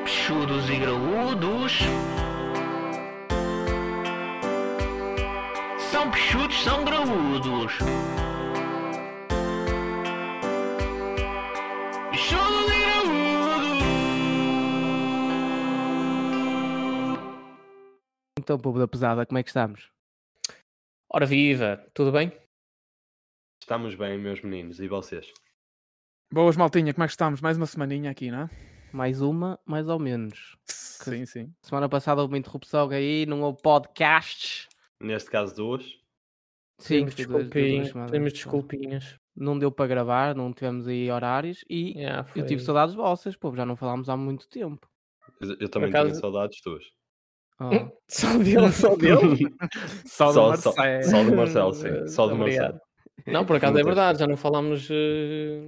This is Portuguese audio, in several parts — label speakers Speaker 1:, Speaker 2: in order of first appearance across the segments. Speaker 1: cabeçudos e graúdos. São peixudos, são graúdos. Peixudos e graúdos.
Speaker 2: Então, povo da pesada, como é que estamos?
Speaker 3: Ora viva, tudo bem?
Speaker 4: Estamos bem, meus meninos, e vocês?
Speaker 5: Boas, maltinha, como é que estamos? Mais uma semaninha aqui, não é?
Speaker 2: Mais uma, mais ou menos.
Speaker 5: Sim, sim.
Speaker 2: Semana passada houve uma interrupção aí, não houve podcasts.
Speaker 4: Neste caso, duas.
Speaker 2: Sim,
Speaker 3: Pedimos
Speaker 2: foi duas- duas
Speaker 3: desculpinhas.
Speaker 2: semanas,
Speaker 3: Pedimos
Speaker 2: pá.
Speaker 3: desculpinhas.
Speaker 2: Não deu para gravar, não tivemos aí horários e
Speaker 3: Yeah,
Speaker 2: eu tive
Speaker 3: É, foi-
Speaker 2: saudades vossas, povo, já não falámos há muito tempo.
Speaker 4: Eu, eu também
Speaker 3: acaso-
Speaker 4: tinha saudades tuas.
Speaker 2: Ah,
Speaker 3: Hum, Só dele, só dele.
Speaker 5: Só,
Speaker 4: Só-
Speaker 5: do
Speaker 4: só-
Speaker 5: Marcelo.
Speaker 4: Só de Marcelo, sim. Só de
Speaker 3: Obrigado.
Speaker 4: Marcelo.
Speaker 3: Não, por acaso é
Speaker 4: Muitas
Speaker 3: verdade, já não falámos. eh,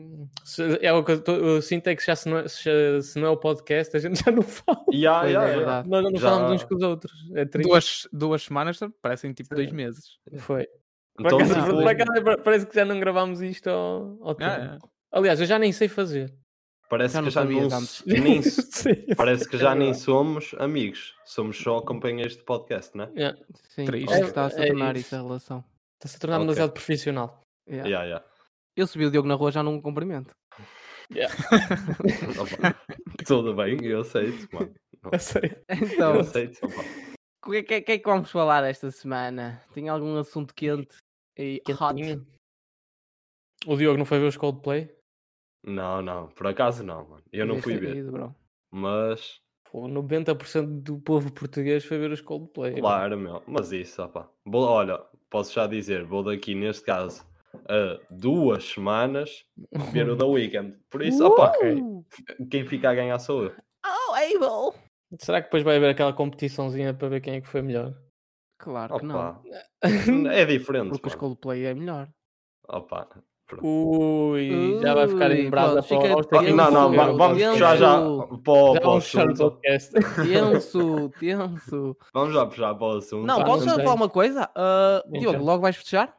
Speaker 3: se- É o que eu, tô, eu sinto é que já se não, é- se, se não é o podcast, a gente já não fala.
Speaker 4: Ya,
Speaker 2: pois é
Speaker 4: ya, ya.
Speaker 2: verdade.
Speaker 3: Nós já não
Speaker 4: Já-
Speaker 3: falámos uns com os outros. É triste.
Speaker 5: Duas, duas semanas parecem tipo dois meses.
Speaker 3: Foi. Por
Speaker 4: Então,
Speaker 3: acaso,
Speaker 4: tipo,
Speaker 3: por acaso é pa- parece que já não gravámos isto ao, ao tempo.
Speaker 5: Ah,
Speaker 3: Aliás, eu já nem sei fazer.
Speaker 4: parece
Speaker 2: Já
Speaker 4: que
Speaker 2: não
Speaker 4: já
Speaker 2: sabias
Speaker 4: não
Speaker 2: antes.
Speaker 4: nem s-
Speaker 3: Sim.
Speaker 4: Parece que já nem
Speaker 3: verdade.
Speaker 4: somos amigos. Somos só companheiros de podcast, não é?
Speaker 3: Yeah.
Speaker 2: sim,
Speaker 5: Triste.
Speaker 2: como está a se
Speaker 3: É- é
Speaker 2: tornar
Speaker 3: isso.
Speaker 2: isso a relação.
Speaker 3: Está-se a tornar
Speaker 4: Ok.
Speaker 3: demasiado profissional.
Speaker 2: Yeah.
Speaker 4: Ya, ya.
Speaker 2: Eu subi o Diogo na rua, já não me cumprimento.
Speaker 4: Opa, Então, Tudo bem, eu aceito, mano.
Speaker 3: Eu sei.
Speaker 2: Então,
Speaker 4: Eu aceito. opa.
Speaker 2: o que, é- que é- que é que vamos falar esta semana? Tem algum assunto quente e hot?
Speaker 3: Quentinho. O Diogo não foi ver os Coldplay?
Speaker 4: Não, não, por acaso não, mano. Eu não
Speaker 2: Devias
Speaker 4: fui
Speaker 2: ter
Speaker 4: ver.
Speaker 2: ido, bro.
Speaker 4: Mas,
Speaker 3: Pô, 90% do povo português foi ver os Coldplay. mano.
Speaker 4: claro, meu. Mas isso, opa. Vou- olha, posso já dizer, vou daqui, neste caso, a duas semanas ver o The Weekend. Por isso, opa,
Speaker 2: Uh!
Speaker 4: quem fica a ganhar sou eu.
Speaker 2: Oh, Abel!
Speaker 3: Será que depois vai haver aquela competiçãozinha para ver quem é que foi melhor?
Speaker 2: Claro que não.
Speaker 4: Opa. É diferente.
Speaker 2: Porque o
Speaker 4: mano.
Speaker 2: Coldplay é melhor.
Speaker 4: Opa.
Speaker 3: Ui, já vai ficar em
Speaker 2: Ui,
Speaker 3: brasa
Speaker 2: pronto,
Speaker 3: para
Speaker 2: fica-
Speaker 3: o
Speaker 2: Ah,
Speaker 4: Ah, não, não,
Speaker 2: eu-
Speaker 4: va-
Speaker 2: eu-
Speaker 4: vamos
Speaker 2: eu-
Speaker 4: puxar já
Speaker 2: eu-
Speaker 4: para o
Speaker 3: Já
Speaker 4: para o
Speaker 3: vamos fechar o
Speaker 4: assunto.
Speaker 3: podcast.
Speaker 2: Tenso, tenso.
Speaker 4: Vamos já puxar para o assunto.
Speaker 2: Não,
Speaker 3: Pá,
Speaker 2: posso
Speaker 3: não
Speaker 2: só
Speaker 3: sei.
Speaker 2: falar uma coisa? Ah,
Speaker 3: Então.
Speaker 2: Diogo, logo vais fechar?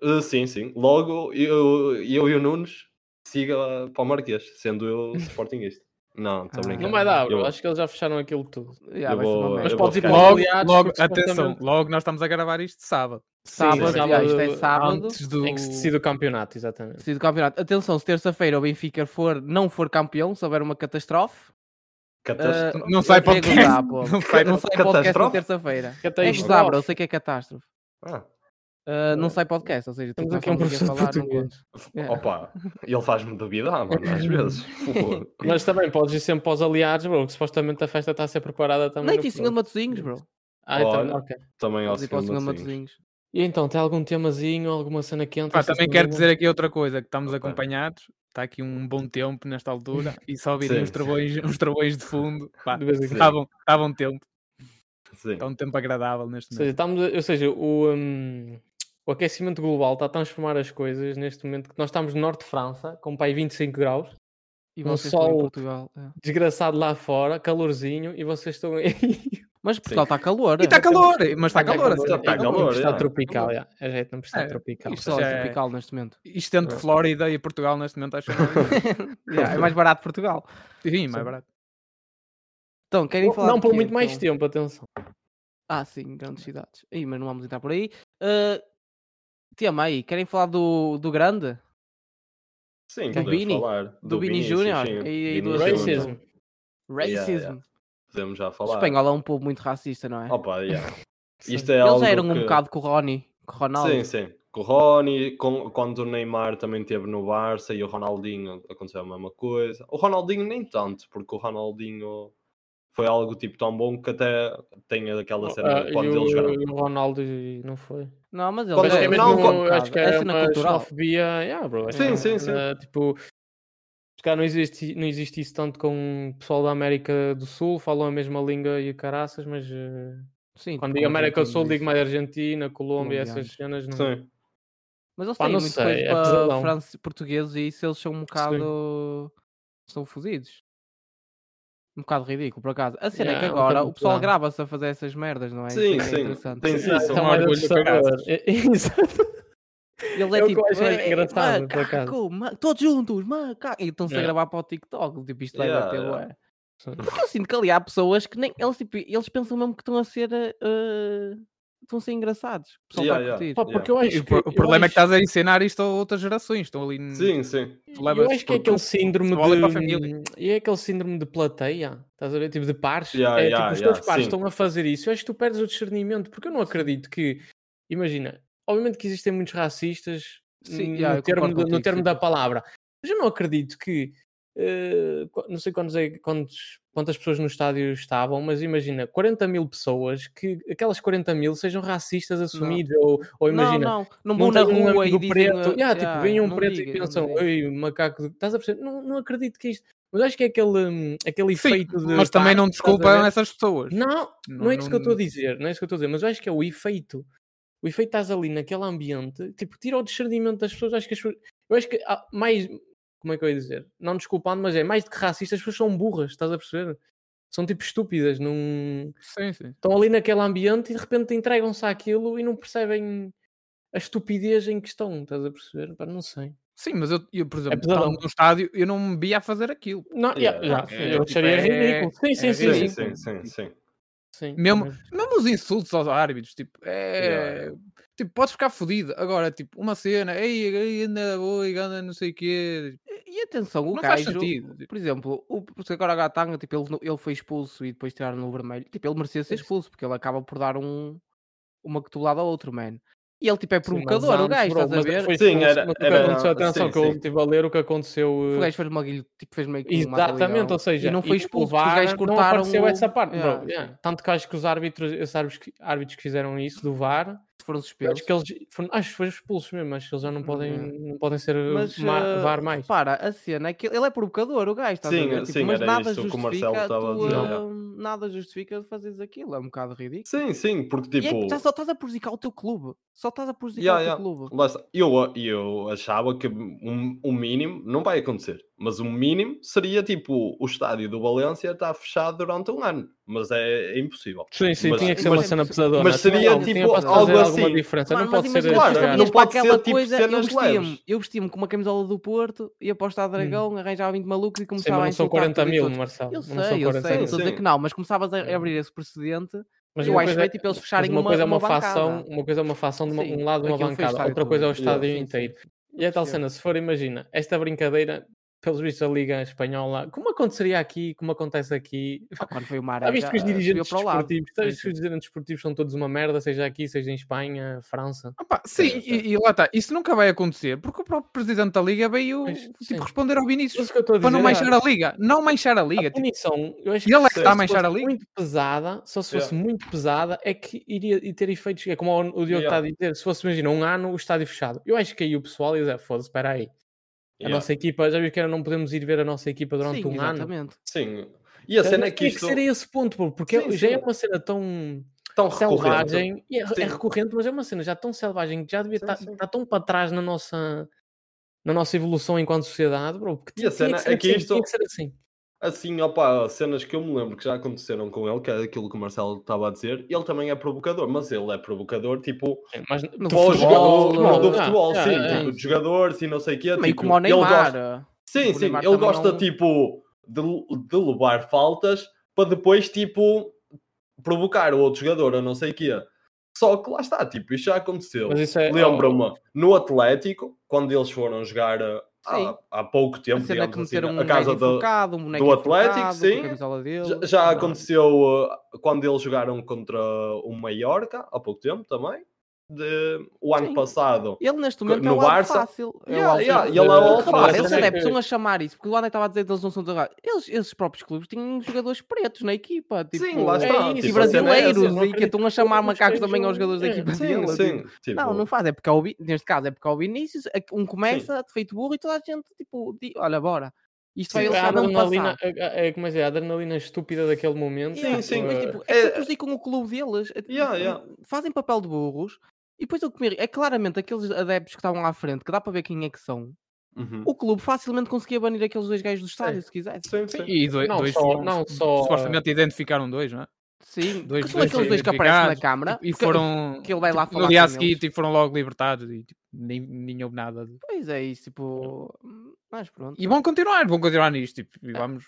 Speaker 4: Ah, sim, sim. Logo, eu, eu e o Nunes siga para o Marquês, sendo eu Sportingista. Não, estou
Speaker 2: Ah.
Speaker 4: a brincar.
Speaker 3: Não vai dar, bro.
Speaker 4: Eu-
Speaker 3: Acho que eles já fecharam aquilo tudo.
Speaker 2: Já,
Speaker 4: Eu
Speaker 2: vai ser uma
Speaker 4: vou-
Speaker 2: merda.
Speaker 3: Mas
Speaker 4: eu vou
Speaker 3: podes ir
Speaker 4: ficar-
Speaker 3: para os
Speaker 5: Logo,
Speaker 3: aliados.
Speaker 5: logo,
Speaker 3: porque
Speaker 5: atenção,
Speaker 3: supostamente-
Speaker 5: logo nós estamos a gravar isto sábado.
Speaker 2: Sábado,
Speaker 3: sim,
Speaker 2: aliás, isto é
Speaker 3: sábado,
Speaker 2: sábado.
Speaker 5: Antes do...
Speaker 3: Em que se decide o campeonato, exatamente.
Speaker 2: Preciso do campeonato. Atenção, se terça-feira o Benfica for, não for campeão, se houver uma catástrofe,
Speaker 4: Catastro-
Speaker 5: Não sai
Speaker 2: eu queria
Speaker 5: podcast.
Speaker 2: gozar, pô.
Speaker 5: Não sai-
Speaker 2: não sai podcast na
Speaker 4: catástrofe?
Speaker 2: terça-feira. É
Speaker 3: Catástrofe.
Speaker 2: gozar, bro, eu sei que é catástrofe.
Speaker 4: Ah,
Speaker 2: Ah, não sai podcast, ou seja, tu
Speaker 3: Temos
Speaker 2: não
Speaker 3: aqui um
Speaker 2: sabes o que é
Speaker 3: professor de
Speaker 2: falar, não
Speaker 3: português.
Speaker 2: conta.
Speaker 4: f-
Speaker 2: É.
Speaker 4: Opa, ele faz-me duvidar, mano, às vezes. Fogo.
Speaker 3: Mas também podes ir sempre para os aliados, bro, que supostamente a festa está a ser preparada também.
Speaker 2: Nem
Speaker 3: no
Speaker 2: tinha
Speaker 5: é
Speaker 3: programa.
Speaker 2: tipo, Senhor
Speaker 5: um
Speaker 2: de Matozinhos, bro.
Speaker 3: Ah, então,
Speaker 4: Olha.
Speaker 3: ok.
Speaker 4: Também ao
Speaker 2: Vamos ir para o Senhor de
Speaker 4: segundo assim.
Speaker 2: Matozinhos.
Speaker 3: E então, tem algum temazinho, alguma cena quente?
Speaker 5: Pá,
Speaker 3: esta
Speaker 5: também quero
Speaker 3: semana?
Speaker 5: dizer aqui outra coisa, que estamos
Speaker 4: Ok.
Speaker 5: acompanhados, está aqui um bom tempo nesta altura, e só ouvirem
Speaker 4: Sim,
Speaker 5: uns
Speaker 4: sim.
Speaker 5: trovões, uns trovões de fundo, pá,
Speaker 3: De vez em quando.
Speaker 5: está bom, está bom tempo,
Speaker 4: Sim.
Speaker 5: está um tempo agradável neste momento.
Speaker 3: Ou seja, estamos a- ou seja, o, hum, o aquecimento global está a transformar as coisas neste momento que nós estamos no norte de França, com pai 25 graus,
Speaker 2: E
Speaker 3: Um
Speaker 2: vocês estão em
Speaker 3: sol.
Speaker 2: Portugal. é.
Speaker 3: desgraçado lá fora, calorzinho, e vocês estão aí.
Speaker 2: Mas Portugal está calor.
Speaker 5: E
Speaker 2: é.
Speaker 5: está calor, mas está
Speaker 3: Tá
Speaker 5: calor.
Speaker 3: calor,
Speaker 5: assim,
Speaker 3: é,
Speaker 5: tá
Speaker 3: não
Speaker 5: calor.
Speaker 3: podemos estar
Speaker 4: já.
Speaker 3: tropical, já. A gente não precisa
Speaker 5: É,
Speaker 3: estar tropical.
Speaker 2: Isto só
Speaker 5: Já
Speaker 2: é
Speaker 5: é-
Speaker 2: tropical neste momento.
Speaker 5: Isto entre Flórida e Portugal neste momento, acho que não é-
Speaker 2: Yeah, É mais barato Portugal.
Speaker 5: Sim, mais barato.
Speaker 2: Então, querem
Speaker 3: Não,
Speaker 2: falar
Speaker 3: não
Speaker 2: de
Speaker 3: por
Speaker 2: quê,
Speaker 3: muito mais
Speaker 2: então?
Speaker 3: tempo, atenção.
Speaker 2: Ah, sim, grandes cidades. Ih, mas não vamos entrar por aí. Ah, tema aí, querem falar do, do grande?
Speaker 4: Sim,
Speaker 2: Do
Speaker 4: podemos
Speaker 2: Vini?
Speaker 4: falar.
Speaker 2: um Do Vini
Speaker 4: Vinícius,
Speaker 2: Júnior?
Speaker 4: sim.
Speaker 2: E- e
Speaker 4: Vini
Speaker 2: do
Speaker 4: Júnior.
Speaker 2: Racism.
Speaker 3: Racismo.
Speaker 2: Racism.
Speaker 4: Yeah, yeah. Podemos já
Speaker 2: O
Speaker 4: falar.
Speaker 2: espanhol é um povo muito racista, não é?
Speaker 4: Opa, yeah. Isto é
Speaker 2: Eles
Speaker 4: algo
Speaker 2: já eram um
Speaker 4: que-
Speaker 2: bocado com o Rony, com o Ronaldo.
Speaker 4: Sim, sim. Com o Rony, com- quando o Neymar também esteve no Barça e o Ronaldinho aconteceu a mesma coisa. O Ronaldinho nem tanto, porque o Ronaldinho foi algo tipo tão bom que até tem aquela cena
Speaker 3: Ah,
Speaker 4: de
Speaker 3: e
Speaker 4: quando eles jogaram.
Speaker 3: o, e o Ronaldo e- não foi.
Speaker 2: Não, mas ele
Speaker 4: Quando-
Speaker 3: Acho que é
Speaker 4: Não,
Speaker 3: mesmo,
Speaker 4: não, quando-
Speaker 3: acho que é
Speaker 2: é cena
Speaker 3: uma
Speaker 2: cultural.
Speaker 3: xenofobia, yeah, bro, acho que
Speaker 4: Sim,
Speaker 3: é,
Speaker 4: sim, sim.
Speaker 3: eh, tipo, se calhar não existe, não existe isso tanto com o pessoal da América do Sul, falam a mesma língua e o caraças, mas eh,
Speaker 2: Sim,
Speaker 3: quando
Speaker 2: tipo,
Speaker 3: digo América do
Speaker 2: argentinos,
Speaker 3: Sul, digo
Speaker 2: isso.
Speaker 3: mais Argentina, Colômbia, essas cenas. Não... é?
Speaker 4: Sim.
Speaker 2: Mas eles
Speaker 3: Pá,
Speaker 2: têm
Speaker 3: não
Speaker 2: muito
Speaker 3: sei,
Speaker 2: coisa
Speaker 3: é
Speaker 2: para
Speaker 3: pesadão.
Speaker 2: france... portugueses e isso eles são um bocado. são fodidos. Um bocado ridículo, por acaso. A cena é que
Speaker 3: Yeah, um
Speaker 2: agora
Speaker 3: bocado
Speaker 2: o pessoal
Speaker 3: pesadão.
Speaker 2: grava-se a fazer essas merdas, não é? Isso
Speaker 4: Sim,
Speaker 2: é que é
Speaker 4: sim.
Speaker 2: interessante.
Speaker 4: Tem
Speaker 3: Ah,
Speaker 4: isso.
Speaker 3: então
Speaker 5: um
Speaker 3: mais
Speaker 5: orgulho do
Speaker 3: assustador.
Speaker 5: caraças.
Speaker 3: É- é isso.
Speaker 2: Eles
Speaker 3: É
Speaker 2: é
Speaker 3: o que
Speaker 2: tipo,
Speaker 3: eu acho mais
Speaker 2: "Eh, eh,
Speaker 3: engraçado, por acaso."
Speaker 2: macaco, ma- todos juntos, macaco. E estão-se a
Speaker 3: Yeah.
Speaker 2: gravar para o TikTok. Tipo, isto vai
Speaker 4: Yeah,
Speaker 2: bater,
Speaker 4: yeah.
Speaker 2: ué. Porque eu sinto que ali há pessoas que nem. Eles, tipo, eles pensam mesmo que estão a ser. eh, estão a ser engraçados. O pessoal
Speaker 4: Yeah,
Speaker 2: está a curtir.
Speaker 4: yeah.
Speaker 3: Pá, porque eu acho
Speaker 5: E o,
Speaker 3: que,
Speaker 5: pro- o problema é que
Speaker 3: eu
Speaker 5: estás a ensinar isto a outras gerações. Estão ali. n-
Speaker 4: Sim, sim.
Speaker 5: tu
Speaker 3: acho- eu
Speaker 5: levas-
Speaker 3: acho que é
Speaker 5: porque
Speaker 3: aquele
Speaker 5: o
Speaker 3: síndrome
Speaker 5: futebol é para a
Speaker 3: de.
Speaker 5: família.
Speaker 3: E é aquele síndrome de plateia, estás a ver? Tipo de pares.
Speaker 4: Yeah,
Speaker 3: é,
Speaker 4: yeah,
Speaker 3: tipo, os
Speaker 4: yeah,
Speaker 3: teus pares
Speaker 4: sim.
Speaker 3: estão a fazer isso. Eu acho que tu perdes o discernimento, porque eu não acredito que. Imagina, obviamente que existem muitos racistas
Speaker 2: Sim,
Speaker 3: no,
Speaker 2: yeah, eu
Speaker 3: termo,
Speaker 2: concordo
Speaker 3: da- no
Speaker 2: contigo,
Speaker 3: termo
Speaker 2: sim.
Speaker 3: da palavra, mas eu não acredito que. eh, qu- não sei quantos, é- quantos- quantas pessoas no estádio estavam, mas imagina 40 mil pessoas que aquelas 40 mil sejam racistas assumidos, ou, ou imagina
Speaker 2: não, não, não
Speaker 3: não
Speaker 2: vão na
Speaker 3: tem um
Speaker 2: rua e
Speaker 3: amigo
Speaker 2: dizem...
Speaker 3: preto.
Speaker 2: eh,
Speaker 3: Yeah, tipo,
Speaker 2: yeah,
Speaker 3: vem um
Speaker 2: não
Speaker 3: preto
Speaker 2: digas,
Speaker 3: e
Speaker 2: não
Speaker 3: pensam,
Speaker 2: digas.
Speaker 3: ei, macaco, estás a perceber? Não, não acredito que isto. Mas acho que é aquele, hum, aquele
Speaker 5: Sim,
Speaker 3: efeito de.
Speaker 5: mas também
Speaker 3: pá,
Speaker 5: não
Speaker 3: estás a
Speaker 5: desculpam
Speaker 3: ver?
Speaker 5: essas pessoas.
Speaker 3: Não, não,
Speaker 5: Não-
Speaker 3: é isso que
Speaker 5: não-
Speaker 3: eu estou a dizer, não é isso que eu estou a dizer, mas eu acho que é o efeito. O efeito estás ali naquele ambiente, tipo, tira o discernimento das pessoas. Acho que as pessoas. Eu acho que há mais. Como é que eu ia dizer? Não desculpando, mas é mais do que racistas, as pessoas são burras, estás a perceber? São tipo estúpidas, não
Speaker 5: Sim, sim.
Speaker 3: estão ali naquele ambiente e de repente entregam-se àquilo e não percebem a estupidez em que estão, estás a perceber? Pá, não sei.
Speaker 5: Sim, mas eu, eu, por exemplo,
Speaker 3: É pesadão.
Speaker 5: estava no estádio, eu não me via a fazer aquilo.
Speaker 3: Não,
Speaker 4: Yeah,
Speaker 3: yeah,
Speaker 5: é,
Speaker 3: yeah,
Speaker 5: é,
Speaker 3: eu
Speaker 5: tipo,
Speaker 3: acharia
Speaker 5: é-
Speaker 3: ridículo. Sim, sim,
Speaker 5: é
Speaker 3: sim, sim,
Speaker 4: Sim, sim, sim, sim.
Speaker 3: sim,
Speaker 5: Mesmo-
Speaker 3: mas-
Speaker 5: Mesmo os insultos aos árbitros, tipo, é.
Speaker 4: Yeah,
Speaker 5: Tipo, podes ficar fodido. Agora, tipo, uma cena, ei, ei, anda boi, anda não sei o quê. tipo, é
Speaker 2: E atenção, o
Speaker 5: Não faz
Speaker 2: gajo...
Speaker 5: sentido.
Speaker 2: Por exemplo, o, porque agora a Gatanga, tipo, ele, ele foi expulso e depois tiraram no vermelho. Tipo, ele merecia ser
Speaker 3: Sim, sim.
Speaker 2: expulso, porque ele acaba por dar um, uma cotulada ao outro, man. E ele, tipo, é
Speaker 3: sim, mas
Speaker 2: provocador, o
Speaker 3: antes,
Speaker 2: gajo,
Speaker 3: bro,
Speaker 2: estás a
Speaker 3: mas
Speaker 2: ver?
Speaker 3: Foi
Speaker 4: Sim,
Speaker 3: expulso,
Speaker 4: era-
Speaker 3: mas o que
Speaker 4: era-
Speaker 3: aconteceu, atenção,
Speaker 4: sim,
Speaker 3: que eu
Speaker 4: sim.
Speaker 3: estive a ler o que aconteceu.
Speaker 2: O
Speaker 3: eh,
Speaker 2: gajo fez uma guilho- tipo, fez meio que uma
Speaker 3: Exatamente,
Speaker 2: alegação.
Speaker 3: ou seja,
Speaker 2: e não foi
Speaker 3: o
Speaker 2: expulso, porque os
Speaker 3: VAR
Speaker 2: gajos
Speaker 3: não
Speaker 2: cortaram
Speaker 3: apareceu
Speaker 2: o-
Speaker 3: essa parte,
Speaker 2: Yeah,
Speaker 3: bro.
Speaker 2: sim.
Speaker 3: yeah. Tanto que acho que os árbitros, esses árbitros que, árbitros que fizeram isso do VAR,
Speaker 2: Foram
Speaker 3: acho
Speaker 2: suspensos.
Speaker 3: que eles foram, acho que foram expulsos mesmo, acho que eles já não podem,
Speaker 2: Yeah.
Speaker 3: não podem ser
Speaker 2: Mas,
Speaker 3: ma-
Speaker 2: eh,
Speaker 3: VAR mais.
Speaker 2: Repara, a cena é que ele é provocador, o gajo, estás a
Speaker 4: Sim, eh,
Speaker 2: ver? Tipo,
Speaker 4: sim,
Speaker 2: mas
Speaker 4: era
Speaker 2: nada
Speaker 4: isso que o
Speaker 2: justifica
Speaker 4: Marcelo estava a
Speaker 2: tu,
Speaker 4: dizer,
Speaker 2: hum,
Speaker 4: yeah.
Speaker 2: nada justifica fazeres aquilo, é um bocado ridículo.
Speaker 4: Sim, sim, porque
Speaker 2: E é
Speaker 4: tipo.
Speaker 2: que já só estás a prejudicar o teu clube. Só estás a prejudicar
Speaker 4: Yeah,
Speaker 2: o teu
Speaker 4: yeah.
Speaker 2: clube.
Speaker 4: Lá está. Eu, eu achava que um, um mínimo não vai acontecer, mas o mínimo seria tipo o estádio do Valência está fechado durante um ano, mas é, é impossível.
Speaker 3: Sim, sim,
Speaker 4: Mas-
Speaker 3: tinha que ser uma
Speaker 2: mas-
Speaker 3: cena pesadona.
Speaker 4: mas
Speaker 3: Tinha
Speaker 4: seria,
Speaker 3: algo- tinha
Speaker 4: tipo,
Speaker 3: para fazer
Speaker 4: algo
Speaker 3: alguma
Speaker 4: assim.
Speaker 3: diferença.
Speaker 2: Mano,
Speaker 3: não
Speaker 2: mas
Speaker 3: pode ser.
Speaker 2: imagina,
Speaker 4: Claro,
Speaker 2: tu
Speaker 4: não
Speaker 3: yeah.
Speaker 2: sabias para
Speaker 4: pode ser,
Speaker 2: aquela
Speaker 4: tipo,
Speaker 2: coisa, eu
Speaker 4: cenas
Speaker 2: vestia-me
Speaker 4: leves.
Speaker 2: eu vestia-me com uma camisola do Porto, ia para o Estado Dragão, arranjava 20 malucos e
Speaker 3: Sim,
Speaker 2: começava
Speaker 3: mas
Speaker 2: a
Speaker 3: não são
Speaker 2: insultar
Speaker 3: 40
Speaker 2: tudo e
Speaker 3: mil,
Speaker 2: todos.
Speaker 3: Marcelo.
Speaker 2: Eu
Speaker 3: não são
Speaker 2: sei, eu sei, não
Speaker 3: 40 mil.
Speaker 2: estou a
Speaker 4: Sim,
Speaker 2: dizer
Speaker 4: sim.
Speaker 2: que não, mas começavas a
Speaker 3: É.
Speaker 2: abrir esse precedente.
Speaker 3: Mas
Speaker 2: eu
Speaker 3: uma
Speaker 2: acho
Speaker 3: coisa
Speaker 2: bem, tipo, eles
Speaker 3: mas
Speaker 2: fecharem
Speaker 3: uma
Speaker 2: uma-
Speaker 3: coisa é uma,
Speaker 2: uma
Speaker 3: facção,
Speaker 2: bancada.
Speaker 3: uma coisa é uma facção de uma-
Speaker 2: Sim,
Speaker 3: um lado de uma
Speaker 2: aquilo foi o
Speaker 3: bancada,
Speaker 2: estádio
Speaker 3: outra coisa é o
Speaker 2: todo, yeah.
Speaker 3: estádio
Speaker 2: Sim, sim,
Speaker 3: inteiro.
Speaker 2: sim.
Speaker 3: E é tal
Speaker 2: Percebo.
Speaker 3: cena, se for, imagina, esta brincadeira, pelos vistos da Liga Espanhola, como aconteceria aqui, como acontece aqui.
Speaker 2: Ah, Quando foi o Maré,
Speaker 3: Já viste que os
Speaker 2: já, ah,
Speaker 3: dirigentes
Speaker 2: subiu para o lado.
Speaker 3: desportivos, já
Speaker 2: Sim,
Speaker 3: viste que
Speaker 2: sim.
Speaker 3: os dirigentes desportivos são todos uma merda, seja aqui, seja em Espanha, França.
Speaker 5: Ah pá, sim,
Speaker 4: sim.
Speaker 5: e, e lá está. Isso nunca vai acontecer, porque o próprio presidente da Liga veio
Speaker 3: Pois, sim.
Speaker 5: tipo, responder ao Vinícius
Speaker 3: Isso que eu estou a
Speaker 5: para não
Speaker 3: dizer é-
Speaker 5: manchar a Liga. Não manchar a Liga.
Speaker 4: é
Speaker 3: a
Speaker 5: tipo,
Speaker 3: punição, eu acho
Speaker 5: E ele é que
Speaker 3: se
Speaker 4: está a
Speaker 5: manchar
Speaker 3: fosse
Speaker 5: a liga.
Speaker 3: muito pesada, só se fosse
Speaker 4: Yeah.
Speaker 3: muito pesada, é que iria e ter efeitos. É como o o Diogo está
Speaker 4: Yeah.
Speaker 3: a dizer, se fosse, imagina, um ano o estádio fechado. Eu acho que aí o pessoal ia dizer, foda-se, espera aí. A
Speaker 4: Yeah.
Speaker 3: nossa equipa, já viu que era não podemos ir ver a nossa equipa durante
Speaker 2: Sim,
Speaker 3: um ano.
Speaker 2: exatamente.
Speaker 4: Sim. E a
Speaker 3: Já
Speaker 4: cena
Speaker 3: viu?
Speaker 4: é que
Speaker 3: Tinha
Speaker 4: isto
Speaker 3: ser a esse ponto, pô, porque
Speaker 4: Sim,
Speaker 3: já é
Speaker 4: sim.
Speaker 3: uma cena tão
Speaker 4: tão recorrente.
Speaker 3: selvagem, e é, é
Speaker 4: Sim.
Speaker 3: recorrente, mas é uma cena já tão selvagem que já devia
Speaker 4: Sim,
Speaker 3: estar
Speaker 4: sim.
Speaker 3: tão para trás na nossa, na nossa evolução enquanto sociedade, bro. Porque
Speaker 4: E
Speaker 3: tinha
Speaker 4: a cena
Speaker 3: que ser
Speaker 4: é que
Speaker 3: assim,
Speaker 4: isto-
Speaker 3: tinha que ser assim.
Speaker 4: Assim, opa, cenas que eu me lembro que já aconteceram com ele, que é aquilo que o Marcelo estava a dizer, ele também é provocador, mas ele é provocador tipo
Speaker 3: Sim, É, Mas
Speaker 2: No
Speaker 4: do
Speaker 2: futebol,
Speaker 4: futebol,
Speaker 2: futebol,
Speaker 4: do
Speaker 2: ah,
Speaker 4: futebol,
Speaker 3: ah,
Speaker 4: sim,
Speaker 3: ah,
Speaker 4: tipo, de jogadores e não sei o quê.
Speaker 2: Meio
Speaker 4: tipo,
Speaker 2: como o
Speaker 4: ele gosta-
Speaker 2: Neymar.
Speaker 4: Sim,
Speaker 2: O
Speaker 4: sim,
Speaker 2: Neymar
Speaker 4: ele
Speaker 2: também um
Speaker 4: gosta
Speaker 2: não-
Speaker 4: tipo de, de levar faltas para depois tipo provocar o outro jogador ou não sei o quê. Só que lá está, tipo, isto já aconteceu.
Speaker 3: Mas isso é.
Speaker 4: Lembro-me no Atlético, quando eles foram jogar uh,
Speaker 2: Sim.
Speaker 4: há, há pouco
Speaker 2: A
Speaker 4: tempo,
Speaker 2: cena que
Speaker 4: digamos assim,
Speaker 2: meteram um
Speaker 4: a casa
Speaker 2: boneco
Speaker 4: da.
Speaker 2: enfocado, um boneco
Speaker 4: do Atlético,
Speaker 2: enfocado, com a
Speaker 4: sim.
Speaker 2: camisola dele.
Speaker 4: Já, já
Speaker 2: Não. é?
Speaker 4: aconteceu uh, quando eles jogaram contra o Mallorca, há pouco tempo também, de- o ano
Speaker 2: Sim.
Speaker 4: passado.
Speaker 2: Ele neste momento é
Speaker 4: no
Speaker 2: o alvo
Speaker 4: Barça-
Speaker 2: fácil. É o
Speaker 4: Yeah,
Speaker 2: alvo
Speaker 4: yeah,
Speaker 2: fácil.
Speaker 4: ele é o alvo
Speaker 2: Repara,
Speaker 4: fácil,
Speaker 2: eles
Speaker 4: sim.
Speaker 2: até precisam a chamar isso, porque o Ana estava a dizer que eles não são do Real. Eles, esses próprios clubes tinham jogadores pretos na equipa. Tipo,
Speaker 4: sim, lá
Speaker 3: é
Speaker 4: está.
Speaker 3: isso,
Speaker 2: E
Speaker 4: tipo, a cena é essa.
Speaker 2: brasileiros,
Speaker 3: não
Speaker 2: e que estão a chamar
Speaker 3: acredito que
Speaker 2: macacos também aos
Speaker 3: sejam-
Speaker 2: jogadores da
Speaker 3: é.
Speaker 2: equipa
Speaker 4: Sim,
Speaker 2: dele.
Speaker 4: sim. tipo,
Speaker 2: Não, não faz, é porque é o, Vi- neste caso é porque é o Vinícius, é que um começa feito burro e toda a gente, tipo, di- olha, bora. Isto vai
Speaker 3: Sim, um
Speaker 2: ele
Speaker 3: a
Speaker 2: sabe
Speaker 3: adrenalina,
Speaker 2: passar.
Speaker 3: a, a- é, como é que é, a adrenalina estúpida daquele momento.
Speaker 4: Sim, sim,
Speaker 2: Mas,
Speaker 3: eh,
Speaker 2: tipo, é que se
Speaker 4: é-
Speaker 2: prejudicam o clube deles. é-
Speaker 4: Yeah, yeah.
Speaker 2: Fazem papel de burros. E depois eu comer. É claramente aqueles adeptos que estavam à frente, que dá para ver quem é que são.
Speaker 4: Uhum.
Speaker 2: O clube facilmente conseguia banir aqueles dois gajos do estádio, se quisesse.
Speaker 4: Sim, sim.
Speaker 5: tipo, E dois,
Speaker 3: não,
Speaker 5: dois
Speaker 3: só, não só.
Speaker 5: supostamente identificaram dois, não é?
Speaker 2: Sim,
Speaker 5: Dois-
Speaker 2: que são
Speaker 5: dois
Speaker 2: aqueles dois que aparecem na
Speaker 5: identificados,
Speaker 2: câmara.
Speaker 5: E
Speaker 2: que-
Speaker 5: foram.
Speaker 2: que ele vai lá
Speaker 5: tipo,
Speaker 2: falar
Speaker 5: No dia a
Speaker 2: com
Speaker 5: seguir
Speaker 2: eles.
Speaker 5: tipo, foram logo libertados e tipo, nem, nem houve nada. de-
Speaker 2: Pois é, isso, tipo. Mas pronto.
Speaker 5: E vão continuar, vão continuar nisto. Tipo, e
Speaker 2: Ah.
Speaker 5: vamos.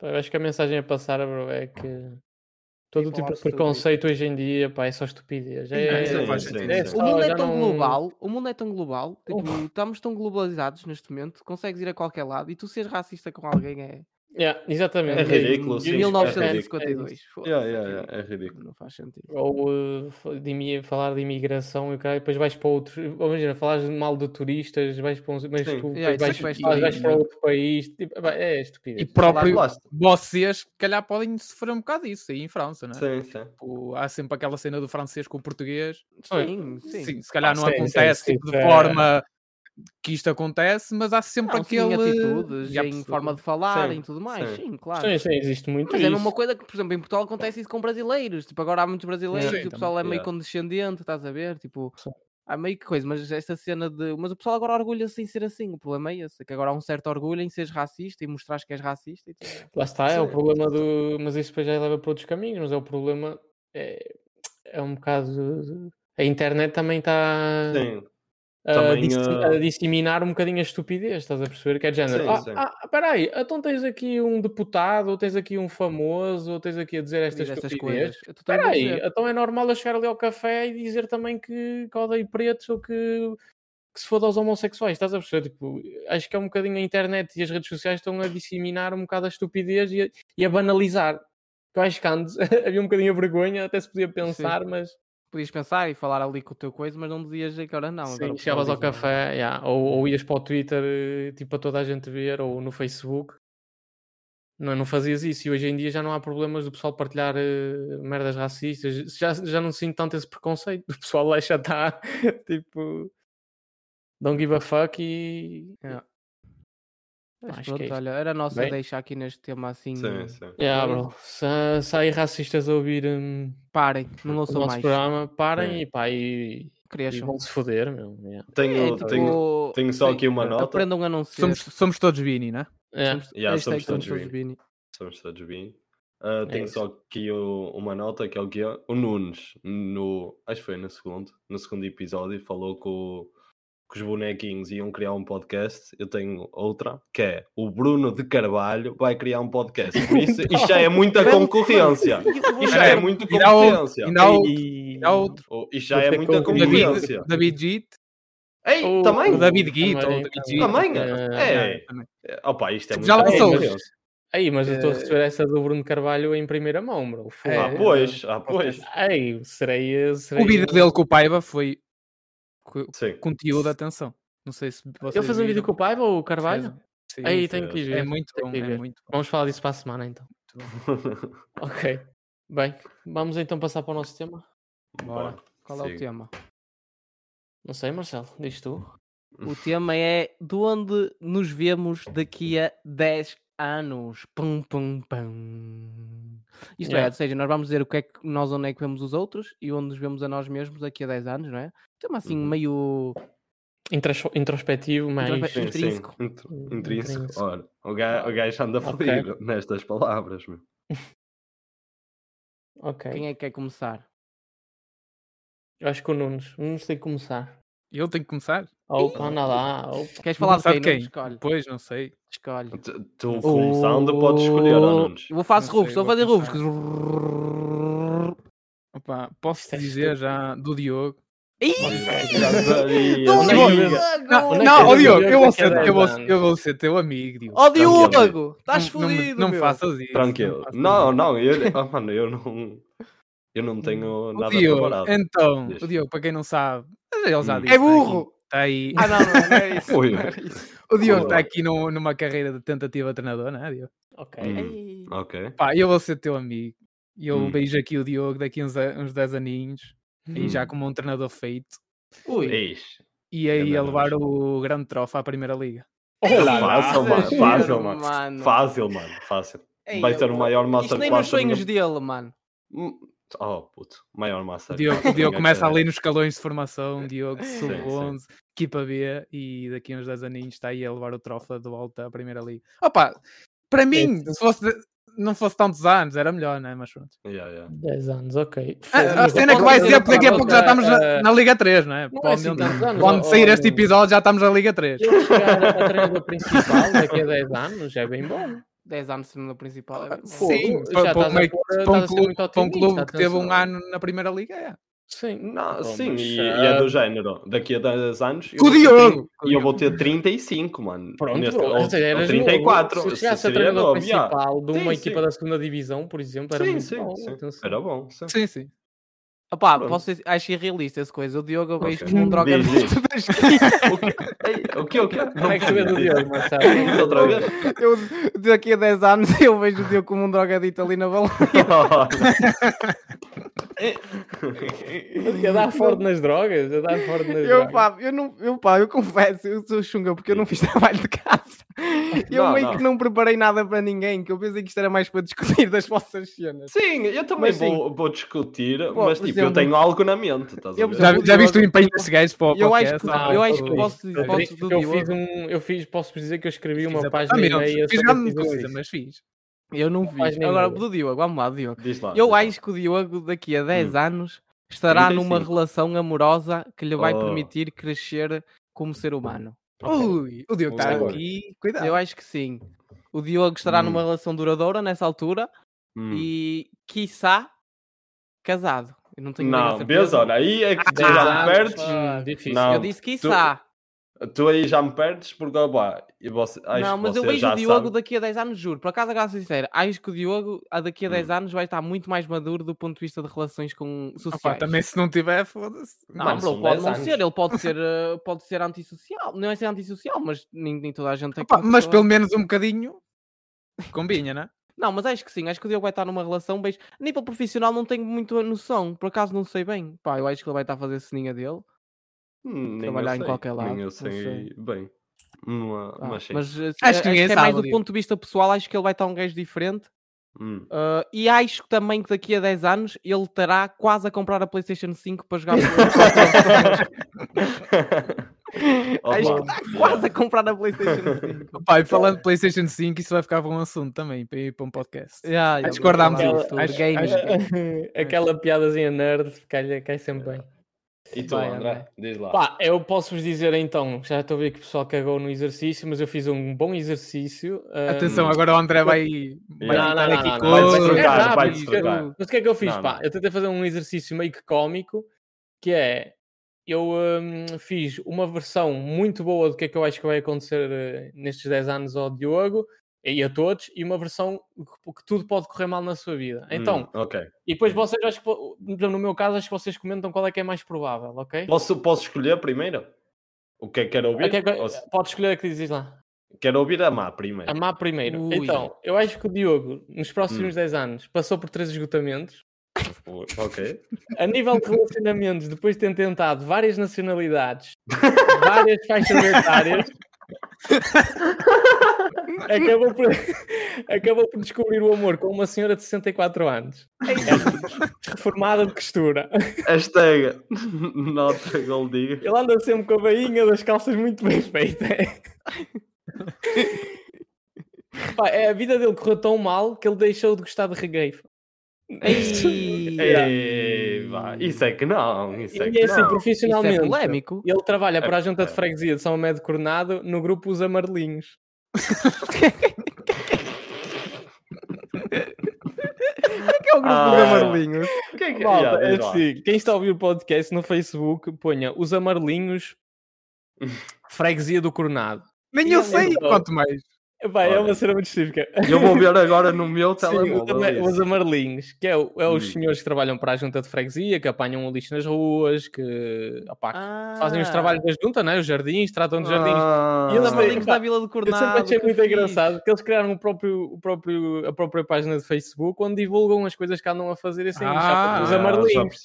Speaker 3: Pá, eu acho que a mensagem a passar, bro, é que todo o tipo de
Speaker 2: falar-se sobre
Speaker 3: preconceito hoje em dia, pá, é só estupidez. É,
Speaker 5: isso não
Speaker 3: é-
Speaker 5: faz sentido.
Speaker 3: é
Speaker 4: Sim.
Speaker 2: O
Speaker 3: só-
Speaker 2: mundo é
Speaker 3: já
Speaker 2: tão
Speaker 3: não-
Speaker 2: global, o mundo é tão global, tipo, estamos tão globalizados neste momento, consegues ir a qualquer lado e tu seres racista com alguém é
Speaker 3: Yeah, exatamente.
Speaker 4: É
Speaker 3: isso.
Speaker 4: ridículo, sim, é
Speaker 3: É
Speaker 2: 1952. foda-se,
Speaker 4: Yeah, yeah, yeah,
Speaker 2: ridículo.
Speaker 4: é ridículo.
Speaker 2: Não faz sentido.
Speaker 3: Ou uh, fa- de imi- falar de imigração e o caralho, depois vais para outro. ou Imagina, falas mal de turistas, vais para um. Mas
Speaker 4: Sim.
Speaker 3: tu
Speaker 2: Yeah,
Speaker 3: depois vais,
Speaker 2: isso é que vais
Speaker 3: vais- vais
Speaker 2: turismo.
Speaker 3: para outro país. tipo, pá, é
Speaker 5: E
Speaker 3: estupidez.
Speaker 5: próprio
Speaker 4: Lá está.
Speaker 5: vocês, se calhar, podem sofrer um bocado disso aí em França, não é?
Speaker 4: Sim, sim.
Speaker 5: Tipo, há sempre aquela cena do francês com o português.
Speaker 2: Sim, sim.
Speaker 5: Sim, se calhar
Speaker 3: Ah,
Speaker 5: não
Speaker 3: sim, sim,
Speaker 5: acontece
Speaker 3: sim,
Speaker 5: tipo, de
Speaker 3: é.
Speaker 5: forma que isto acontece, mas há sempre
Speaker 2: Não, sim, em
Speaker 5: aquele.
Speaker 2: atitudes,
Speaker 5: Já
Speaker 2: em
Speaker 5: percebi.
Speaker 2: forma de falar,
Speaker 4: Sim,
Speaker 2: em tudo mais.
Speaker 4: sim.
Speaker 2: Sim, claro.
Speaker 3: Sim, sim, existe muito
Speaker 2: Mas é a
Speaker 3: isso.
Speaker 2: mesma coisa que, por exemplo, em Portugal acontece isso com brasileiros. Tipo, agora há muitos brasileiros
Speaker 5: Sim,
Speaker 2: e o
Speaker 5: também,
Speaker 2: pessoal é meio
Speaker 4: yeah.
Speaker 2: condescendente, estás a ver? Tipo,
Speaker 3: Sim.
Speaker 2: há meio que coisa, mas esta cena de. Mas o pessoal agora orgulha-se em ser assim. O problema é esse, é que agora há um certo orgulho em seres racista e mostrares que és racista e tudo. mais.
Speaker 3: Lá está, é o
Speaker 4: Sim.
Speaker 3: problema do. Mas isso depois já leva para outros caminhos, mas é o problema. É, é um bocado. de- A internet também está
Speaker 4: Sim,
Speaker 3: a,
Speaker 4: também,
Speaker 3: dissi-
Speaker 4: eh,
Speaker 3: a disseminar um bocadinho a estupidez, estás a perceber? Que é de género.
Speaker 4: Sim,
Speaker 3: ah,
Speaker 4: sim.
Speaker 3: ah, espera aí, então tens aqui um deputado, ou tens aqui um famoso, ou tens aqui a dizer
Speaker 2: Diz
Speaker 3: estas
Speaker 2: estas
Speaker 3: estupidez.
Speaker 2: coisas. Eu estou a
Speaker 3: Espera aí,
Speaker 2: dizer.
Speaker 3: então é normal eu chegar ali ao café e dizer também que, que odeio pretos ou que, que se foda aos homossexuais, estás a perceber? Tipo, acho que é um bocadinho a internet e as redes sociais estão a disseminar um bocado a estupidez e a, e a banalizar. Eu acho que antes havia um bocadinho a vergonha, até se podia pensar, mas
Speaker 2: Podias pensar e falar ali com o teu coisa, mas não dizias que agora não.
Speaker 3: sim,
Speaker 2: agora o pessoal
Speaker 3: chegavas ao
Speaker 2: diz, não.
Speaker 3: café yeah, ou, ou ias para o Twitter, eh, tipo, para toda a gente ver, ou no Facebook. Não, não fazias isso e hoje em dia já não há problemas do pessoal partilhar eh, merdas racistas. Já, já não sinto tanto esse preconceito. O pessoal lá já está tipo. Don't give a fuck e. Yeah.
Speaker 2: Mas
Speaker 3: Acho que
Speaker 2: pronto,
Speaker 3: é isto.
Speaker 2: olha, era a nossa
Speaker 3: Bem.
Speaker 2: deixa aqui neste tema assim.
Speaker 5: Hum,
Speaker 4: sim, sim.
Speaker 3: Yeah, bro. Se, se há aí racistas a ouvir hum,
Speaker 2: Parem, não
Speaker 3: o
Speaker 2: ouçam
Speaker 3: nosso
Speaker 2: mais. É.
Speaker 3: programa, parem
Speaker 4: Sim.
Speaker 3: e pá, e, e
Speaker 2: Cresçam.
Speaker 3: vão se foder, meu. Yeah.
Speaker 4: Tenho,
Speaker 2: É,
Speaker 4: tenho,
Speaker 2: tipo,
Speaker 4: tenho só
Speaker 2: sim,
Speaker 4: aqui uma nota.
Speaker 2: Aprendam a não ser.
Speaker 5: Somos, somos todos Vini, não é?
Speaker 3: Yeah.
Speaker 2: Somos-
Speaker 4: Yeah,
Speaker 2: hashtag
Speaker 4: somos todos
Speaker 2: somos todos Bini.
Speaker 4: Somos todos bem. Ah,
Speaker 3: É
Speaker 4: tenho
Speaker 3: isso.
Speaker 4: só aqui o- uma nota que é o que O Nunes, no, acho que foi no segundo, no segundo episódio, falou que, o- que os bonequinhos iam criar um podcast. Eu tenho outra, que é o Bruno de Carvalho vai criar um podcast. Por isso, isto já é
Speaker 5: Então,
Speaker 4: muita
Speaker 2: Vamos-
Speaker 4: concorrência. Isto já é
Speaker 5: Espera,
Speaker 4: muita
Speaker 5: ainda há outro-
Speaker 4: concorrência.
Speaker 5: ainda há outro-
Speaker 3: E-
Speaker 5: Há outro.
Speaker 4: Oh, Isto já é
Speaker 3: outra
Speaker 4: muita
Speaker 3: concorrência.
Speaker 5: tipo David,
Speaker 4: concorrência.
Speaker 5: David Git.
Speaker 4: Ei,
Speaker 3: O-
Speaker 4: também?
Speaker 5: O David
Speaker 3: Também,
Speaker 5: Git. ou o David Git.
Speaker 4: Também?
Speaker 3: Eh,
Speaker 4: É. Opa, isto é
Speaker 5: Tipo, Já
Speaker 4: muita
Speaker 5: lançou. um.
Speaker 4: concorrência.
Speaker 3: Aí, mas eu estou a
Speaker 5: Eh,
Speaker 3: receber essa do Bruno Carvalho em primeira mão, bro. Foda.
Speaker 4: Ah,
Speaker 5: É.
Speaker 4: pois, ah, pois.
Speaker 3: Ei, serei, serei.
Speaker 5: O vídeo dele com o Paiva foi co-
Speaker 4: Sim.
Speaker 5: conteúdo, atenção. Não sei se vocês
Speaker 3: Ele fez um vídeo
Speaker 5: viram. um.
Speaker 3: com o Paiva ou o Carvalho?
Speaker 5: Sim,
Speaker 3: Aí,
Speaker 5: sim.
Speaker 3: tenho que ir ver.
Speaker 5: É muito
Speaker 3: Tem
Speaker 5: bom,
Speaker 3: que ir ver.
Speaker 5: é muito bom.
Speaker 3: Vamos falar disso para a semana, então. Ok. Bem, vamos então passar para o nosso tema.
Speaker 2: Bora.
Speaker 4: Bom,
Speaker 2: Qual é o
Speaker 4: sim.
Speaker 2: tema?
Speaker 3: Não sei, Marcelo, diz tu.
Speaker 2: O tema é de onde nos vemos daqui a 10 anos. Pum, pum, pum. Isto é,
Speaker 3: Yeah.
Speaker 2: ou seja, nós vamos dizer o que é que nós onde é que vemos os outros e onde nos vemos a nós mesmos daqui a 10 anos, não é? Tema assim
Speaker 4: Uhum.
Speaker 2: meio.
Speaker 3: Intros- Introspectivo, mas.
Speaker 2: Introspe-
Speaker 4: Sim, sim.
Speaker 2: Intrínseco.
Speaker 4: Intr-
Speaker 3: Hum,
Speaker 4: Intrínseco.
Speaker 3: intrínseco.
Speaker 4: Ora, o gajo, o gajo anda
Speaker 3: Ok.
Speaker 4: fodido nestas palavras, meu.
Speaker 3: Ok.
Speaker 2: Quem é que quer começar?
Speaker 3: Eu acho que o Nunes. O Nunes tem que começar.
Speaker 5: Eu tenho que começar?
Speaker 3: Ou para lá, ou.
Speaker 2: Queres
Speaker 5: Vou
Speaker 2: falar de
Speaker 5: começar
Speaker 2: quem?
Speaker 5: de quem?
Speaker 2: Nuno? Escolhe.
Speaker 5: Pois, não sei.
Speaker 2: Escolhe.
Speaker 4: Tu, tu um começando, podes escolher,
Speaker 2: Oh,
Speaker 4: ou Nunes.
Speaker 2: Vou fazer
Speaker 5: Não
Speaker 2: rubros,
Speaker 5: sei,
Speaker 2: vou fazer
Speaker 5: vou
Speaker 2: rubros.
Speaker 5: Opa, posso
Speaker 3: Isto é
Speaker 5: dizer já do Diogo.
Speaker 4: Sabia.
Speaker 3: Onde é que
Speaker 5: Diogo!
Speaker 3: liga?
Speaker 5: Não,
Speaker 3: onde
Speaker 5: não,
Speaker 3: é que tens
Speaker 5: ó
Speaker 3: o
Speaker 5: Diogo,
Speaker 3: Diogo
Speaker 5: eu vou,
Speaker 3: daqui a
Speaker 5: ser, eu,
Speaker 3: 10
Speaker 5: vou,
Speaker 3: anos?
Speaker 5: eu vou ser teu amigo, Diogo.
Speaker 2: Ó
Speaker 4: Tranquilo.
Speaker 2: Diogo! é, Oh, Estás
Speaker 5: Não- não me-
Speaker 2: fodido!
Speaker 5: Não me
Speaker 2: meu.
Speaker 5: faças isso.
Speaker 4: Tranquilo. Não, não, eu, ah, mano, eu não. Eu não tenho
Speaker 5: O
Speaker 4: nada
Speaker 5: Diogo,
Speaker 4: preparado.
Speaker 5: então,
Speaker 4: Diz.
Speaker 5: o Diogo, para quem não sabe, mas ele já
Speaker 4: Hum.
Speaker 5: disse.
Speaker 2: É burro!
Speaker 5: Está tá aí.
Speaker 2: Ah, não, não, não é isso.
Speaker 4: Ui.
Speaker 2: não é isso.
Speaker 5: O Diogo
Speaker 4: Boa.
Speaker 5: está aqui num- numa carreira de tentativa de treinador, não é, Diogo?
Speaker 3: Ok.
Speaker 4: Hum.
Speaker 2: Ei.
Speaker 4: Ok.
Speaker 5: Pá, eu vou ser teu amigo. E eu
Speaker 4: Hum.
Speaker 5: beijo aqui o Diogo daqui uns, a- uns 10 aninhos. E
Speaker 4: Hum.
Speaker 5: já como um treinador feito.
Speaker 2: Ui.
Speaker 4: Eis.
Speaker 5: E aí
Speaker 4: Ganda
Speaker 5: a levar
Speaker 4: nojo.
Speaker 5: o grande trofa à Primeira Liga.
Speaker 4: Fácil, mano.
Speaker 2: Exagero,
Speaker 4: Fácil, mano.
Speaker 2: mano.
Speaker 4: Fácil, mano. Fácil.
Speaker 2: Ei,
Speaker 4: Vai
Speaker 2: eu-
Speaker 4: ter o maior
Speaker 2: Isto
Speaker 4: master
Speaker 2: nem nos
Speaker 4: quarter
Speaker 2: sonhos dele, mano.
Speaker 4: Hum, Oh, puto. Maior massa.
Speaker 5: O Diogo, o Diogo começa ali nos escalões de formação. Diogo,
Speaker 4: Tá sim.
Speaker 5: sub-11, equipa B. E daqui uns 10 aninhos está aí a levar o trofa de volta à Primeira Liga. Opa, para mim, se fosse de- não fosse tantos anos, era melhor, não é? Mas pronto.
Speaker 4: Yeah, yeah.
Speaker 3: 10 anos, ok.
Speaker 5: A, a
Speaker 3: Foda-se.
Speaker 5: cena é que vai
Speaker 2: posso
Speaker 5: ser, porque daqui a
Speaker 2: falar
Speaker 5: pouco já
Speaker 3: é outra,
Speaker 5: estamos na,
Speaker 3: eh,
Speaker 5: na Liga 3, não é?
Speaker 3: Não é
Speaker 5: Quando-
Speaker 4: um
Speaker 3: assim tantos anos,
Speaker 5: Quando
Speaker 3: ó-
Speaker 5: sair
Speaker 3: ó,
Speaker 5: este
Speaker 3: Nunes.
Speaker 5: episódio, já estamos na Liga 3.
Speaker 3: Ele chegar a treinador principal daqui a 10 anos é bem bom.
Speaker 2: 10 anos sendo no principal.
Speaker 4: Ah,
Speaker 2: é bem bom.
Speaker 5: Sim,
Speaker 3: já
Speaker 5: para, para,
Speaker 3: estás
Speaker 5: um
Speaker 3: a
Speaker 5: meio-
Speaker 3: pôr-
Speaker 5: para um
Speaker 3: estás a ser
Speaker 5: clube,
Speaker 3: muito
Speaker 5: para um
Speaker 3: otimista,
Speaker 5: clube que teve um
Speaker 3: atenção.
Speaker 5: ano na primeira liga, é.
Speaker 3: Sim.
Speaker 4: Não,
Speaker 3: Bom,
Speaker 4: sim,
Speaker 3: mas,
Speaker 4: e, e
Speaker 3: ah,
Speaker 4: é do género. Daqui a 10 anos. eu
Speaker 5: Com o
Speaker 4: vou ter
Speaker 5: Diogo!
Speaker 4: 30 E eu vou ter 35, mano.
Speaker 3: Pronto,
Speaker 4: Neste-
Speaker 3: bro,
Speaker 4: ou,
Speaker 3: ou seja,
Speaker 4: ou
Speaker 3: eras novo.
Speaker 4: 34.
Speaker 3: Se
Speaker 4: se
Speaker 3: chegasse a
Speaker 4: seria
Speaker 3: treinador
Speaker 4: novo, já.
Speaker 3: principal de uma
Speaker 4: Sim,
Speaker 3: equipa
Speaker 4: sim.
Speaker 3: da segunda divisão, por exemplo, era
Speaker 4: Sim,
Speaker 3: muito
Speaker 4: sim,
Speaker 3: bom. então,
Speaker 4: sim.
Speaker 3: atenção.
Speaker 4: Era bom. Sim.
Speaker 5: Sim, sim.
Speaker 2: Opá,
Speaker 4: Pronto.
Speaker 2: posso dizer- acho irrealista essa coisa. O Diogo eu vejo
Speaker 4: Ok.
Speaker 2: como um droga
Speaker 4: Diz,
Speaker 2: dentro da esquina.
Speaker 4: O que- Ei, O que? O que?
Speaker 3: Como é que tu vês o Diogo, Marcelo?
Speaker 4: Diz outra vez.
Speaker 2: Eu- Daqui a 10 anos eu vejo o Diogo como um drogadito ali na balança.
Speaker 3: A dar forte nas drogas? A dar forte nas
Speaker 2: Eu,
Speaker 3: drogas?
Speaker 2: pá, eu, não, eu, pá, eu confesso, eu sou chunga porque eu não fiz trabalho de casa. Eu
Speaker 4: Não,
Speaker 2: meio
Speaker 4: não.
Speaker 2: que não preparei nada para ninguém, que eu pensei que isto era mais para discutir das vossas cenas.
Speaker 4: Sim, eu também
Speaker 2: Mas sim.
Speaker 4: vou, vou discutir,
Speaker 2: Pô,
Speaker 4: mas
Speaker 2: por
Speaker 4: tipo, eu
Speaker 2: exemplo-
Speaker 4: tenho algo na mente, estás a
Speaker 2: Eu,
Speaker 4: ver?
Speaker 2: por
Speaker 5: Já,
Speaker 2: exemplo,
Speaker 5: já
Speaker 2: o
Speaker 5: viste o
Speaker 2: Diogo-
Speaker 5: empenho desse gajo para o
Speaker 2: Eu acho que,
Speaker 5: podcast?
Speaker 3: não,
Speaker 2: eu acho que
Speaker 3: ok.
Speaker 2: posso,
Speaker 3: Eu
Speaker 2: posso
Speaker 3: digo
Speaker 2: do
Speaker 3: que eu
Speaker 2: Diogo.
Speaker 3: fiz um. Eu fiz, posso dizer que eu escrevi uma
Speaker 5: Fiz
Speaker 3: página assim, tipo, e
Speaker 5: exatamente.
Speaker 3: meia.
Speaker 5: Ah, Fiz
Speaker 3: sobre
Speaker 5: grande
Speaker 3: o
Speaker 5: coisa,
Speaker 3: Fisiologia.
Speaker 5: mas fiz.
Speaker 2: Eu não
Speaker 3: faz
Speaker 2: fiz.
Speaker 3: nem
Speaker 2: Agora,
Speaker 3: ideia.
Speaker 2: do Diogo, vamos lá, Diogo.
Speaker 4: Diz lá, diz
Speaker 2: Eu
Speaker 4: lá.
Speaker 2: acho que o Diogo daqui a 10
Speaker 4: Hum.
Speaker 2: anos estará numa
Speaker 4: 35.
Speaker 2: relação amorosa que lhe vai
Speaker 4: Oh.
Speaker 2: permitir crescer como ser humano.
Speaker 4: Ok.
Speaker 5: Ui, o Diogo está
Speaker 4: Agora.
Speaker 5: aqui. Cuidado.
Speaker 2: Eu acho que sim. O Diogo estará numa
Speaker 4: Hum.
Speaker 2: relação duradoura nessa altura
Speaker 4: Hum.
Speaker 2: e, quiçá, casado. Eu não tenho bem a
Speaker 4: Não,
Speaker 2: certeza.
Speaker 4: vês, olha, aí é que tu
Speaker 2: Ah,
Speaker 4: já me perdes.
Speaker 5: hum,
Speaker 3: Ah, difícil.
Speaker 4: Não.
Speaker 2: Eu disse quiçá.
Speaker 4: Tu aí já me perdes porque, opá, e você, acho
Speaker 2: não,
Speaker 4: que
Speaker 2: mas eu
Speaker 4: você
Speaker 2: vejo
Speaker 4: já
Speaker 2: o Diogo
Speaker 4: sabe.
Speaker 2: daqui a 10 anos, juro. Por acaso, agora sou sincero, acho que o Diogo a daqui a
Speaker 4: Hum.
Speaker 2: 10 anos vai estar muito mais maduro do ponto de vista de relações com
Speaker 5: Opa,
Speaker 2: sociais.
Speaker 5: também se não tiver, foda-se.
Speaker 2: Não,
Speaker 4: Mano,
Speaker 2: bro,
Speaker 4: são
Speaker 2: pode
Speaker 4: 10
Speaker 2: não
Speaker 4: anos.
Speaker 2: ser, ele pode ser, eh, pode ser antissocial, não é ser antissocial, mas nem, nem toda a gente é
Speaker 5: Opa,
Speaker 2: aquela
Speaker 5: mas
Speaker 2: pessoa.
Speaker 5: pelo menos um bocadinho combina, né?
Speaker 2: Não, mas acho que sim, acho que o Diogo vai estar numa relação bem. a Nível profissional não tenho muito a noção, por acaso não sei bem. Pá, eu acho que ele vai estar a fazer a ceninha dele,
Speaker 4: Hum, nem eu
Speaker 2: trabalhar em
Speaker 4: sei,
Speaker 2: qualquer lado,
Speaker 4: Nem eu
Speaker 2: não
Speaker 4: sei,
Speaker 2: sei.
Speaker 4: bem. Uma,
Speaker 2: pá,
Speaker 4: mas sim.
Speaker 2: mas eh,
Speaker 5: assim? Acho que ninguém
Speaker 2: é
Speaker 5: sabe,
Speaker 2: mais do
Speaker 5: Diogo.
Speaker 2: ponto de vista pessoal, acho que ele vai estar um gajo diferente.
Speaker 4: Hum.
Speaker 2: eh, e acho que também que daqui a 10 anos ele estará quase a comprar a PlayStation 5 para jogar. com- acho que tá
Speaker 4: Opa,
Speaker 2: está quase a comprar a PlayStation 5.
Speaker 5: Opa, e falando de PlayStation 5, isso vai ficar para um assunto também, para ir para um podcast.
Speaker 2: Yeah, yeah,
Speaker 5: discordámos
Speaker 2: vamos
Speaker 5: disso.
Speaker 2: falar de
Speaker 5: Acho-
Speaker 2: games.
Speaker 5: acho-
Speaker 3: Aquela piadazinha nerd calha, cai sempre bem.
Speaker 4: E tu,
Speaker 3: Vai,
Speaker 4: André?
Speaker 3: André.
Speaker 4: Diz lá.
Speaker 3: Pá, eu posso vos dizer então, já estou a ver que o pessoal cagou no exercício, mas eu fiz um bom exercício. ah,
Speaker 5: Atenção, agora o André vai. vai
Speaker 4: Yeah.
Speaker 3: Não, não,
Speaker 5: quitar
Speaker 3: não,
Speaker 5: aqui
Speaker 3: não, não,
Speaker 5: coisas.
Speaker 4: vai
Speaker 3: é
Speaker 4: destrocar,
Speaker 3: rápido,
Speaker 4: vai
Speaker 3: isto é
Speaker 4: destrocar.
Speaker 3: rápido. Mas o que é que eu fiz?
Speaker 4: Não,
Speaker 3: pá,
Speaker 4: não.
Speaker 3: eu tentei fazer um exercício meio que cómico, que é eu hum, fiz uma versão muito boa do que é que eu acho que vai acontecer eh, nestes 10 anos ao Diogo e a todos, e uma versão que, que tudo pode correr mal na sua vida. Então,
Speaker 4: Hum, ok.
Speaker 3: e depois vocês acho que po- no meu caso acho que vocês comentam qual é que é mais provável, ok?
Speaker 4: Posso, posso escolher primeiro? O que é que quero ouvir?
Speaker 3: O que é que-
Speaker 4: Ou se-
Speaker 3: Pode escolher a que dizes lá.
Speaker 4: Quero ouvir a má primeiro.
Speaker 3: A má primeiro.
Speaker 2: Ui.
Speaker 3: Então, eu acho que o Diogo, nos próximos 10 anos, passou por três esgotamentos.
Speaker 4: Ok.
Speaker 3: A nível de relacionamentos, depois de ter tentado várias nacionalidades, várias faixas etárias, acabou por, acabou por descobrir o amor com uma senhora de 64 anos, É reformada de costura.
Speaker 4: Hashtag nota Goldiga.
Speaker 3: Ele anda sempre com a bainha das calças muito bem feita. Pá, é, a vida dele correu tão mal que ele deixou de gostar de reggae.
Speaker 5: é
Speaker 2: Ei, é
Speaker 3: Yeah.
Speaker 4: Ei, vá, Isso é que não. Isso é
Speaker 3: E
Speaker 4: que
Speaker 3: é assim,
Speaker 4: não.
Speaker 2: Isso
Speaker 3: profissionalmente.
Speaker 2: é polémico.
Speaker 3: Ele trabalha para a junta de
Speaker 4: é.
Speaker 3: freguesia de São Médio Coronado no grupo Os Amarelinhos.
Speaker 2: que é o grupo
Speaker 4: Ah.
Speaker 2: de amarelinhos?
Speaker 4: O que é que
Speaker 3: Malta,
Speaker 4: Yeah,
Speaker 3: é
Speaker 4: diz lá.
Speaker 3: assim, quem está a ouvir o podcast no Facebook, ponha Os Amarelinhos Freguesia do Coronado.
Speaker 5: Nem eu
Speaker 3: Yeah,
Speaker 5: sei,
Speaker 3: então.
Speaker 5: quanto mais.
Speaker 3: Vai, é
Speaker 4: Olha.
Speaker 3: uma cena muito específica.
Speaker 4: Eu vou ver agora no meu
Speaker 3: Sim, É assim, o
Speaker 4: telemóvel. é
Speaker 3: ama-
Speaker 4: isso.
Speaker 3: os amarelinhos, que é, o- é os
Speaker 4: Hum.
Speaker 3: senhores que trabalham para a junta de freguesia, que apanham o lixo nas ruas, que, opá, que fazem os
Speaker 2: Ah.
Speaker 3: trabalhos da junta, né? os jardins, tratam dos jardins.
Speaker 4: Ah,
Speaker 3: E os
Speaker 2: Os
Speaker 3: amarelinhos
Speaker 2: amarelinhos
Speaker 3: pá,
Speaker 2: da Vila do
Speaker 3: Eu
Speaker 2: Coronado.
Speaker 3: sempre achei
Speaker 2: que
Speaker 3: muito
Speaker 2: fixe.
Speaker 3: engraçado que eles criaram o próprio, o próprio- a própria página de Facebook onde divulgam as coisas que andam a fazer assim,
Speaker 5: Ah,
Speaker 3: chapa dos
Speaker 4: já
Speaker 3: amarelinhos.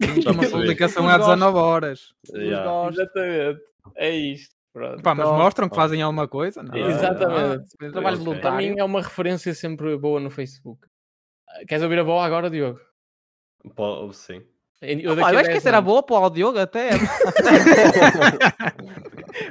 Speaker 4: percebi. Já
Speaker 5: Uma
Speaker 4: percebi.
Speaker 5: publicação
Speaker 2: Eu
Speaker 5: há
Speaker 2: gosto.
Speaker 5: 19 horas.
Speaker 2: Mas
Speaker 4: Yeah.
Speaker 2: gosto.
Speaker 3: Exatamente. É isto. Pronto.
Speaker 5: Pá, mas
Speaker 2: Então-
Speaker 5: mostram que fazem alguma coisa, não? é?
Speaker 3: Exatamente.
Speaker 5: Ah,
Speaker 2: Trabalho
Speaker 4: Ok.
Speaker 3: Para
Speaker 2: voluntário.
Speaker 3: mim é uma referência sempre boa no Facebook. Ah, Queres ouvir a boa agora, Diogo?
Speaker 4: Pô, sim.
Speaker 2: Ah,
Speaker 3: Eu,
Speaker 2: pá, eu acho que essa era boa para o Diogo até.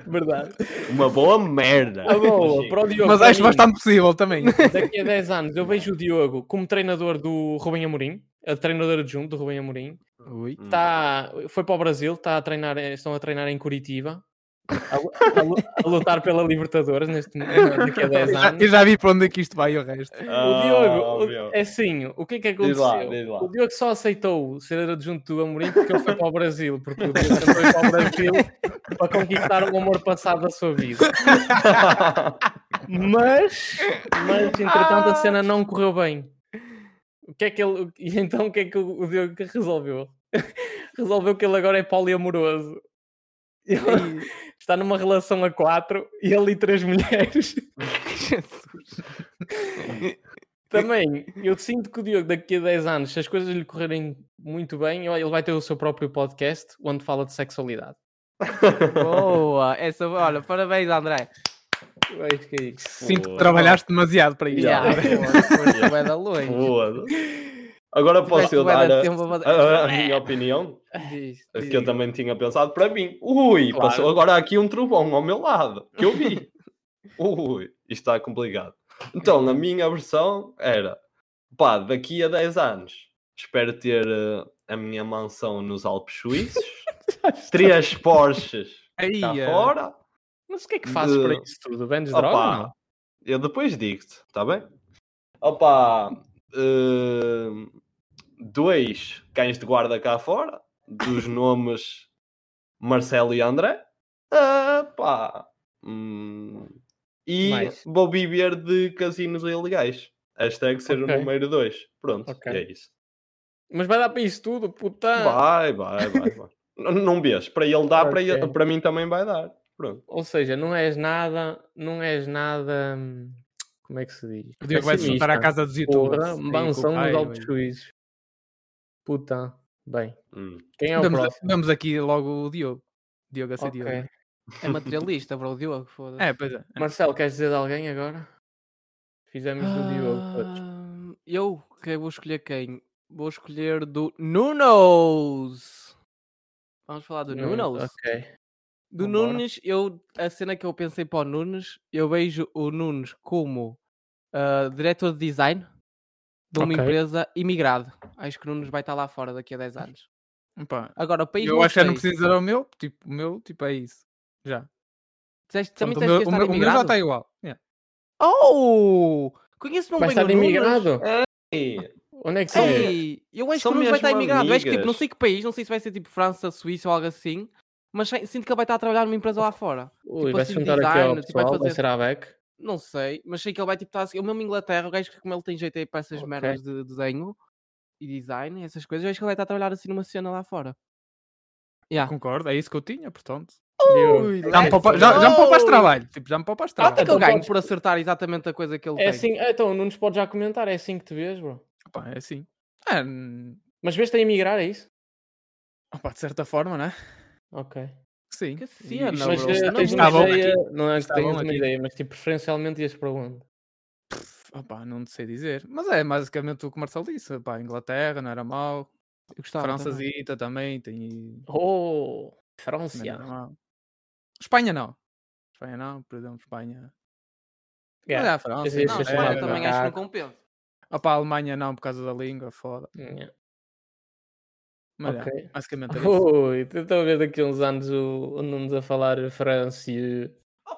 Speaker 3: Verdade.
Speaker 4: Uma boa merda.
Speaker 3: A boa,
Speaker 4: Sim.
Speaker 3: para o Diogo.
Speaker 5: Mas
Speaker 3: para
Speaker 5: acho
Speaker 3: mim,
Speaker 5: bastante possível também.
Speaker 3: Daqui a 10 anos eu vejo o Diogo como treinador do Rubem Amorim, a treinador adjunto do Rubem Amorim.
Speaker 2: Ui.
Speaker 4: Hum.
Speaker 3: Tá, foi para o Brasil, tá a treinar, estão a treinar em Curitiba. a, lu- a lu- a lutar pela Libertadores neste momento, daqui a 10
Speaker 5: Eu já,
Speaker 3: anos.
Speaker 5: eu já vi para onde é que isto vai e o resto.
Speaker 4: Ah,
Speaker 3: O Diogo, o-
Speaker 4: óbvio.
Speaker 3: é assim, o que é que
Speaker 4: Diz
Speaker 3: aconteceu?
Speaker 4: lá, diz lá.
Speaker 3: O Diogo só aceitou ser adjunto do Amorim porque ele foi para o Brasil, porque o Diogo sempre foi para o Brasil para conquistar o amor passado da sua vida. Mas, mas entretanto, a cena não correu bem. O que é que ele, e então o que é que o o Diogo resolveu? Resolveu que ele agora é poliamoroso. Ele está numa relação a quatro e ele e três mulheres. Também, eu sinto que o Diogo, daqui a 10 anos, se as coisas lhe correrem muito bem, ele vai ter o seu próprio podcast onde fala de sexualidade.
Speaker 2: Boa! Essa, olha, parabéns, André.
Speaker 3: Vejo que é isso.
Speaker 5: Sinto que
Speaker 4: Boa.
Speaker 5: trabalhaste demasiado para isto.
Speaker 2: Yeah,
Speaker 4: Yeah.
Speaker 2: boa, Foste bué da longe.
Speaker 4: Foda. Agora
Speaker 3: é
Speaker 4: posso
Speaker 2: Tiveste
Speaker 4: eu
Speaker 2: bué
Speaker 4: dar
Speaker 2: de
Speaker 4: a,
Speaker 2: tempo a
Speaker 3: Ah,
Speaker 2: fazer-
Speaker 4: a- a minha opinião,
Speaker 5: É.
Speaker 2: Diz,
Speaker 4: que eu também tinha pensado para mim. Ui,
Speaker 3: Claro.
Speaker 4: passou agora aqui um trovão ao meu lado, que eu vi. Ui, isto está complicado. Então, a minha versão era, pá, daqui a 10 anos, espero ter eh, a minha mansão nos Alpes Suíços, três Porsches
Speaker 5: Aí,
Speaker 4: cá
Speaker 5: ah,
Speaker 4: fora,
Speaker 3: Mas o que é que fazes
Speaker 4: De-
Speaker 3: para isso tudo? Vendes droga? ou
Speaker 4: Opa,
Speaker 3: não?
Speaker 4: eu depois digo-te, tá bem? Opa, hum, dois cães de guarda cá fora, dos nomes Marcelo e André. Opa, hum, e
Speaker 3: Mais.
Speaker 4: vou viver de casinos ilegais. Hashtag ser
Speaker 3: Ok.
Speaker 4: o número dois. Pronto,
Speaker 3: Ok. Ah.
Speaker 4: é isso.
Speaker 3: Mas vai dar para isso tudo, puta.
Speaker 4: Vai, vai, vai. vai. N- não vês, para ele dá, para, ele-
Speaker 3: Ok.
Speaker 4: para mim também vai dar. Pronto.
Speaker 3: Ou seja, não és nada, não és nada. hum, Como é que se diz?
Speaker 5: O Diogo vai se juntar à casa dos
Speaker 3: Porra,
Speaker 5: youtubers. aí, com
Speaker 3: mansão
Speaker 5: o Caio,
Speaker 3: dos altos
Speaker 5: e-
Speaker 3: juízes. Puta. Bem,
Speaker 4: Hum.
Speaker 3: quem é o
Speaker 5: Vamos,
Speaker 3: próximo?
Speaker 5: vamos aqui logo o Diogo. Diogo a ser
Speaker 3: Ok.
Speaker 5: Diogo.
Speaker 2: É materialista, bro, Diogo, foda-se.
Speaker 5: É, pois é.
Speaker 3: Marcelo, queres dizer de alguém agora? Fizemos do Diogo. todos.
Speaker 2: Ah, Eu que vou escolher quem? Vou escolher do Nunos. Vamos falar do
Speaker 3: Nunes,
Speaker 2: Nunos.
Speaker 3: É, Ok.
Speaker 2: Do
Speaker 3: Vambora.
Speaker 2: Nunes, eu, a cena que eu pensei para o Nunes, eu vejo o Nunes como ah, diretor de design de uma
Speaker 3: Ok.
Speaker 2: empresa imigrado. Acho que o Nunes vai estar lá fora daqui a 10 anos.
Speaker 5: Pá,
Speaker 2: Agora, o país
Speaker 5: Eu
Speaker 2: não
Speaker 5: acho que já não
Speaker 2: sei.
Speaker 5: preciso dizer o meu. Tipo, o meu, tipo, é isso. Já.
Speaker 2: Disseste- Também
Speaker 5: Portanto, o,
Speaker 2: tens que
Speaker 5: meu, o, meu,
Speaker 2: estar
Speaker 5: o meu já
Speaker 2: imigrado?
Speaker 5: está igual. É, Yeah.
Speaker 2: Oh! Conheço-me bem
Speaker 3: Vai estar
Speaker 2: o Nunes.
Speaker 3: imigrado?
Speaker 4: E-
Speaker 3: tá Onde é que
Speaker 4: São-
Speaker 3: é?
Speaker 2: Ei, eu acho que
Speaker 4: são
Speaker 2: o Nunes vai
Speaker 4: mesmo
Speaker 2: estar imigrado. Eu acho que tipo, não
Speaker 4: amigas.
Speaker 2: sei que país, não sei se vai ser tipo França, Suíça ou algo assim, mas sei- sinto que ele vai estar a trabalhar numa empresa lá fora.
Speaker 3: Ui,
Speaker 2: tipo
Speaker 3: vai
Speaker 2: assim,
Speaker 3: se juntar aqui ao
Speaker 2: design, tipo, vai
Speaker 3: pessoal, vai,
Speaker 2: fazer-
Speaker 3: ser à beca.
Speaker 2: Não sei, mas sei que ele vai tipo estar assim. O mesmo Inglaterra, o gajo que como ele tem jeito aí para essas
Speaker 3: Ok.
Speaker 2: merdas de desenho e design, essas coisas, eu acho que ele vai estar a trabalhar assim numa cena lá fora. Yeah.
Speaker 5: Concordo, é isso que eu tinha, portanto.
Speaker 3: Diogo.
Speaker 5: Já me, poupa, já, já me poupas trabalho. Tipo, já me poupas
Speaker 2: Quanto
Speaker 5: trabalho.
Speaker 2: é que eu
Speaker 3: então
Speaker 2: ganho
Speaker 3: podes-
Speaker 2: por acertar exatamente a coisa que ele
Speaker 3: É
Speaker 2: tem?
Speaker 3: assim, ah, então, não nos podes já comentar, é assim que te vês, bro.
Speaker 5: Opa, é assim. Ah, hum,
Speaker 3: Mas vês-te a emigrar, é isso?
Speaker 5: opa, de certa forma, né?
Speaker 3: Ok.
Speaker 5: Sim.
Speaker 2: Que
Speaker 5: E-
Speaker 2: cena,
Speaker 5: isto-
Speaker 2: bro.
Speaker 3: mas
Speaker 5: isto
Speaker 3: eh,
Speaker 5: está-
Speaker 3: tens
Speaker 5: está
Speaker 3: uma
Speaker 5: bom
Speaker 3: ideia,
Speaker 5: aqui.
Speaker 3: não é que
Speaker 5: Está
Speaker 3: tens
Speaker 5: bom
Speaker 3: uma
Speaker 5: aqui.
Speaker 3: ideia, mas tipo, preferencialmente ias para onde?
Speaker 5: Opa, não sei dizer. Mas é basicamente o que o Marcelo disse. Opa, Inglaterra não era mau.
Speaker 2: Eu gostava também.
Speaker 5: Françazita também. tem.
Speaker 3: Oh,
Speaker 5: também não era
Speaker 3: França.
Speaker 5: mau. Espanha não. Espanha não, por exemplo, Espanha.
Speaker 3: Yeah.
Speaker 5: Olha a França.
Speaker 3: Esse-
Speaker 5: não,
Speaker 2: Não,
Speaker 3: esse-
Speaker 2: Espanha
Speaker 5: é,
Speaker 2: também
Speaker 5: não.
Speaker 2: acho que não
Speaker 3: macaco.
Speaker 2: compensa.
Speaker 5: Opa, a Alemanha não, por causa da língua, foda.
Speaker 3: Yeah.
Speaker 5: Mas é,
Speaker 3: Ok.
Speaker 5: basicamente era isso.
Speaker 3: Ui, tu estás a ver daqui a uns anos o, o Nunes a falar França e...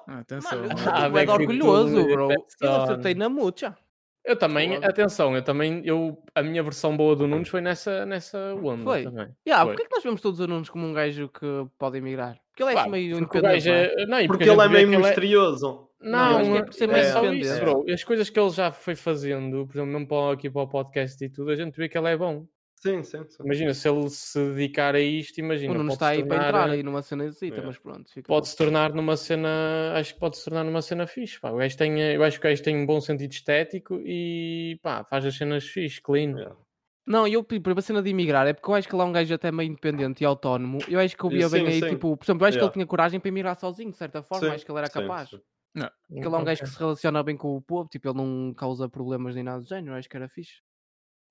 Speaker 5: Ah, atenção.
Speaker 2: Mano, eu
Speaker 5: mano.
Speaker 3: Ah,
Speaker 2: estou bué
Speaker 3: bem
Speaker 2: de
Speaker 3: que tu
Speaker 2: orgulhoso,
Speaker 3: me
Speaker 2: bro. Eu
Speaker 3: decepciona.
Speaker 2: acertei na mucha.
Speaker 3: Eu também,
Speaker 2: Fogo.
Speaker 3: atenção, eu também, eu, a minha versão boa do Nunes foi nessa, nessa onda
Speaker 2: Foi.
Speaker 3: também.
Speaker 2: Yeah,
Speaker 3: Foi.
Speaker 2: Porquê é que nós vemos todos os alunos como um gajo que pode emigrar? Porque ele é
Speaker 3: Claro,
Speaker 2: meio
Speaker 3: porque o
Speaker 2: independente.
Speaker 3: gajo
Speaker 2: não é?
Speaker 3: é- não, e
Speaker 4: Porque
Speaker 3: a
Speaker 4: ele é
Speaker 3: gente vê
Speaker 4: meio
Speaker 3: que ele
Speaker 4: misterioso.
Speaker 3: Não,
Speaker 2: acho que é
Speaker 3: é,
Speaker 2: por ser
Speaker 4: mais
Speaker 3: só
Speaker 2: independente.
Speaker 3: isso, bro. As coisas que ele já foi fazendo, por exemplo, mesmo para, aqui para o podcast e tudo, a gente vê que ele é bom.
Speaker 4: Sim, sim, sim.
Speaker 3: Imagina, se ele se dedicar a isto, imagina.
Speaker 2: O Nuno
Speaker 3: pode-se
Speaker 2: está aí para
Speaker 3: tornar-
Speaker 2: entrar aí numa cena de cita,
Speaker 4: É.
Speaker 2: mas pronto. Fica...
Speaker 3: Pode-se tornar numa cena. Acho que pode-se tornar numa cena fixe. Pá. O gajo tem, eu acho que o gajo tem um bom sentido estético e pá, faz as cenas fixe, clean.
Speaker 4: Yeah.
Speaker 2: Não, eu pedi para a cena de emigrar, é porque eu acho que ele é um gajo até meio independente e autónomo. Eu acho que eu via bem
Speaker 4: Sim,
Speaker 2: aí,
Speaker 4: sim.
Speaker 2: tipo, por exemplo, eu acho que ele
Speaker 4: Yeah.
Speaker 2: tinha coragem para emigrar sozinho, de certa forma.
Speaker 4: Sim,
Speaker 2: acho que ele era
Speaker 4: sim,
Speaker 2: capaz.
Speaker 4: sim.
Speaker 2: Porque ele é um gajo
Speaker 3: Ok.
Speaker 2: que se relaciona bem com o povo, tipo, ele não causa problemas nem nada do género. Acho que era fixe.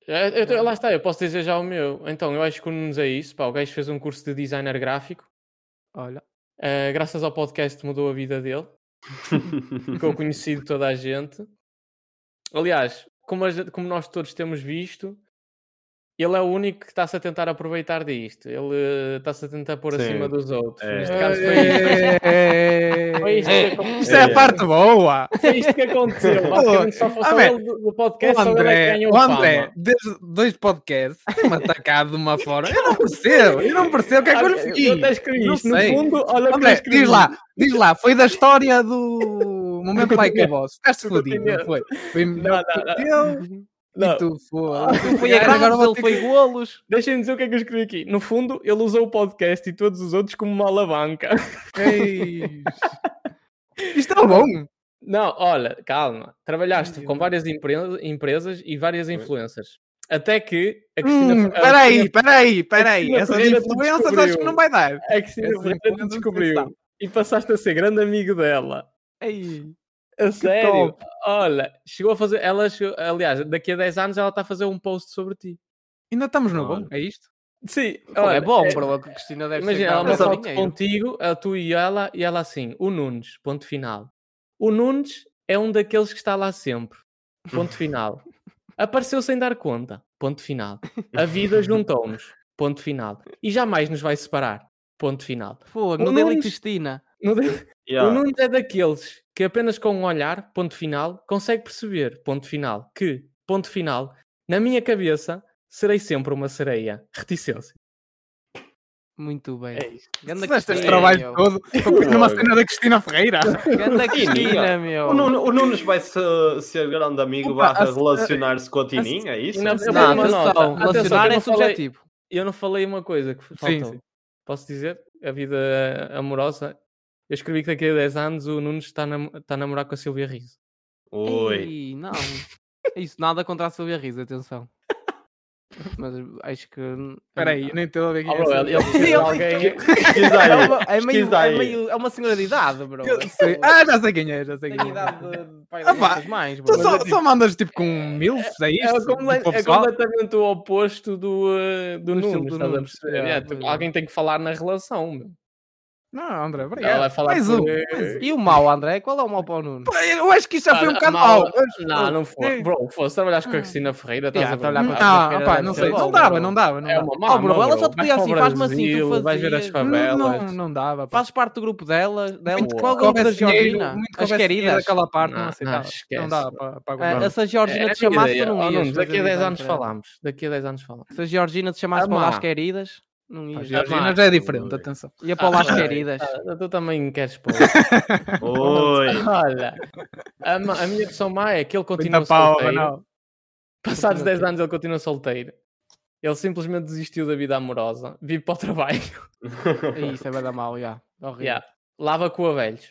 Speaker 3: É, eu te- lá está, eu posso dizer já o meu. Então, eu acho que o Nunes é isso. Pá, o gajo fez um curso de designer gráfico.
Speaker 2: Olha,
Speaker 3: eh, graças ao podcast mudou a vida dele. Ficou conhecido de toda a gente. Aliás, como, a gente- como nós todos temos visto, Ele é o único que está-se a tentar aproveitar disto. Ele eh, está-se a tentar pôr
Speaker 4: Sim.
Speaker 3: acima dos outros.
Speaker 4: É.
Speaker 3: Neste caso foi, foi
Speaker 5: Ei,
Speaker 3: isto que aconteceu.
Speaker 5: Isto é a parte boa.
Speaker 3: Foi isto que aconteceu. Basicamente só foi
Speaker 5: Ah,
Speaker 3: só
Speaker 5: bem,
Speaker 3: ele do, do podcast,
Speaker 5: O
Speaker 3: só ele é que
Speaker 5: André,
Speaker 3: ganhou
Speaker 5: o André,
Speaker 3: fama.
Speaker 5: desde dois podcasts, tem-me atacado de uma forma. Eu não percebo, eu não percebo o que é que eu lhe
Speaker 3: Ah,
Speaker 5: fiz.
Speaker 3: Eu até escrevi
Speaker 5: Não
Speaker 3: isto. No
Speaker 5: sei.
Speaker 3: fundo, olha o que eu
Speaker 5: André,
Speaker 3: escrevi.
Speaker 5: diz lá, diz lá, foi da história do momento like a boss. Ficaste fodido, não foi? Foi melhor
Speaker 3: Não, não,
Speaker 5: que eu
Speaker 3: Não,
Speaker 5: e tu
Speaker 2: Ah,
Speaker 5: foi.
Speaker 2: Foi agrados, ele foi golos.
Speaker 3: Deixem-me dizer o que é que eu escrevi aqui. No fundo, ele usou o podcast e todos os outros como uma alavanca.
Speaker 5: Isto é bom.
Speaker 3: Não, olha, calma. Trabalhaste
Speaker 5: Ai,
Speaker 3: com
Speaker 5: eu-
Speaker 3: várias empre- empresas e várias influências. Até que a Cristina,
Speaker 5: Hum,
Speaker 3: a
Speaker 5: Peraí,
Speaker 3: Cristina-
Speaker 5: peraí, peraí.
Speaker 3: Cristina
Speaker 5: Essas
Speaker 3: Ferreira te
Speaker 5: influências acho que
Speaker 3: descobriu.
Speaker 5: não vai dar.
Speaker 3: a Cristina
Speaker 5: essa
Speaker 3: Ferreira
Speaker 5: influência
Speaker 3: te
Speaker 5: não
Speaker 3: descobriu
Speaker 5: está.
Speaker 3: e passaste a ser grande amigo dela.
Speaker 2: Ei,
Speaker 3: A sério?
Speaker 5: top.
Speaker 3: Olha, chegou a fazer. Ela chegou- aliás, daqui a 10 anos ela está a fazer um post sobre ti.
Speaker 5: Ainda estamos no
Speaker 4: Olha.
Speaker 5: bom, é isto?
Speaker 3: Sim,
Speaker 2: pô,
Speaker 3: olha,
Speaker 2: é bom, bro. A Cristina deve ser
Speaker 3: Imagina, ela uma
Speaker 4: mas
Speaker 2: cara
Speaker 3: foto
Speaker 2: de dinheiro.
Speaker 3: contigo, a tu e ela, e ela assim, o Nunes, ponto final. O Nunes é um daqueles que está lá sempre, ponto final. Apareceu sem dar conta, ponto final. A vida juntou-nos, ponto final. E jamais nos vai separar, ponto final.
Speaker 2: Pô,
Speaker 3: O
Speaker 2: no Daily
Speaker 3: Nunes-
Speaker 2: é Cristina.
Speaker 3: No de-
Speaker 4: Yeah.
Speaker 3: O Nunes é daqueles que apenas com um olhar, ponto final, consegue perceber, ponto final, que, ponto final, na minha cabeça, serei sempre uma sereia. Reticência.
Speaker 2: Muito bem.
Speaker 3: É isto.
Speaker 2: Ganda
Speaker 5: Se deste este
Speaker 2: Cristina,
Speaker 5: trabalho
Speaker 2: meu.
Speaker 5: todo para pôr numa cena da Cristina Ferreira.
Speaker 2: Ganda Cristina,
Speaker 4: Tininha.
Speaker 2: meu.
Speaker 4: O, Nuno- o Nunes vai se, ser grande amigo,
Speaker 5: Opa,
Speaker 4: barra
Speaker 5: a-
Speaker 4: relacionar-se com a Tininha, é isso?
Speaker 3: Não,
Speaker 2: Não,
Speaker 3: Uma nota.
Speaker 2: atenção.
Speaker 3: Atenção,
Speaker 2: Relacionar
Speaker 3: eu
Speaker 2: é
Speaker 3: não falei-
Speaker 2: subjetivo.
Speaker 3: eu não falei uma coisa que faltou.
Speaker 5: sim.
Speaker 3: Posso dizer? A vida amorosa. Eu escrevi que daqui a 10 anos o Nunes está a nam- está a namorar com a Silvia Riso.
Speaker 4: Oi.
Speaker 2: Ei, não. É Isso, nada contra a Silvia Riz, atenção. Mas acho que.
Speaker 5: Espera aí, eu nem estou a ver quem
Speaker 3: Ah,
Speaker 5: é.
Speaker 3: bro,
Speaker 5: essa.
Speaker 3: ele, ele precisa de
Speaker 2: Ele-
Speaker 3: alguém.
Speaker 4: Diz
Speaker 2: É,
Speaker 4: aí.
Speaker 2: uma, é, meio,
Speaker 4: Pesquisa
Speaker 2: é,
Speaker 4: aí.
Speaker 2: meio, é uma senhora de idade, bro.
Speaker 5: Eu sei. Ah, já sei quem é, já sei
Speaker 2: Tem
Speaker 5: quem
Speaker 2: idade
Speaker 5: é.
Speaker 2: de, de pai
Speaker 5: Ah,
Speaker 2: das
Speaker 5: pá,
Speaker 2: nossas mães, bro.
Speaker 5: Tu só, só mandas tipo com mil, é
Speaker 3: É,
Speaker 5: isto?
Speaker 3: comple-
Speaker 5: Tipo,
Speaker 3: é
Speaker 5: pessoal?
Speaker 3: completamente o oposto do, eh, do
Speaker 2: Do estilo
Speaker 3: Nunes.
Speaker 2: do
Speaker 3: estás a
Speaker 2: Nunes,
Speaker 3: perceber?
Speaker 2: é,
Speaker 3: É, tipo,
Speaker 2: pois é.
Speaker 3: alguém tem que falar na relação. Meu.
Speaker 5: Não, André,
Speaker 3: Ela vai
Speaker 5: obrigado.
Speaker 3: falar
Speaker 5: Mais
Speaker 3: por,
Speaker 5: um.
Speaker 3: eh,
Speaker 2: E o mau, André? Qual é o mau para o Nuno?
Speaker 5: Eu acho que isto já foi um
Speaker 3: Ah,
Speaker 5: bocado
Speaker 3: mal-
Speaker 5: mau.
Speaker 3: Não, não foi. Bro, fosse trabalhares com a Cristina Ferreira, estás
Speaker 2: Yeah,
Speaker 3: a é
Speaker 2: trabalhar
Speaker 3: trabalhar
Speaker 2: com a
Speaker 5: Ah, pá,
Speaker 2: Cristina Ferreira
Speaker 5: não
Speaker 2: deve
Speaker 5: sei.
Speaker 2: ser
Speaker 5: Não
Speaker 2: bom,
Speaker 5: dava,
Speaker 2: bro.
Speaker 5: não dava, não
Speaker 3: É
Speaker 5: dava.
Speaker 3: uma má,
Speaker 2: Oh, bro,
Speaker 3: má,
Speaker 2: ela só te
Speaker 3: Vais
Speaker 2: pedia
Speaker 3: para o
Speaker 2: assim, faz-me assim, tu
Speaker 3: Brasil, Vais ver as
Speaker 2: fazias.
Speaker 5: Não,
Speaker 3: favelas.
Speaker 5: Não, não dava. pá.
Speaker 2: Fazes parte do grupo dela? dela
Speaker 5: Muito
Speaker 2: qual é o
Speaker 5: que
Speaker 2: grupo da
Speaker 5: houvesse dinheiro,
Speaker 2: Georgina?
Speaker 5: muito que
Speaker 2: As
Speaker 5: houvesse dinheiro
Speaker 2: queridas?
Speaker 5: daquela parte, não,
Speaker 3: Não,
Speaker 5: aceitava.
Speaker 3: não, esquece,
Speaker 5: Não dava
Speaker 3: bro.
Speaker 5: para, para
Speaker 2: Ah,
Speaker 5: aguentar.
Speaker 2: se a Georgina
Speaker 3: Era a
Speaker 2: te chamasse,
Speaker 3: minha
Speaker 2: tu
Speaker 3: ideia.
Speaker 2: não
Speaker 3: Oh,
Speaker 2: ias.
Speaker 3: Nunes, daqui
Speaker 2: fazer
Speaker 3: a 10
Speaker 2: amizade
Speaker 3: anos
Speaker 2: com ela.
Speaker 3: falamos. Daqui a 10 anos falamos.
Speaker 2: Se a Georgina te chamasse
Speaker 3: Ah,
Speaker 2: para lá as
Speaker 3: má.
Speaker 2: queridas, não ias.
Speaker 5: Georgina já é diferente, atenção.
Speaker 2: Ia para lá as
Speaker 3: Ah,
Speaker 2: queridas.
Speaker 3: Ah, tu também queres pôr.
Speaker 4: Oi.
Speaker 3: Olha, a, ma- a minha opção má é que ele continua
Speaker 5: Muita pau,
Speaker 3: solteiro.
Speaker 5: não.
Speaker 3: Passados 10 anos ele continua solteiro. Ele simplesmente desistiu da vida amorosa. Vive para o trabalho.
Speaker 2: Isso é bada mal, já. Horrível.
Speaker 3: Yeah. Lava com a velhos.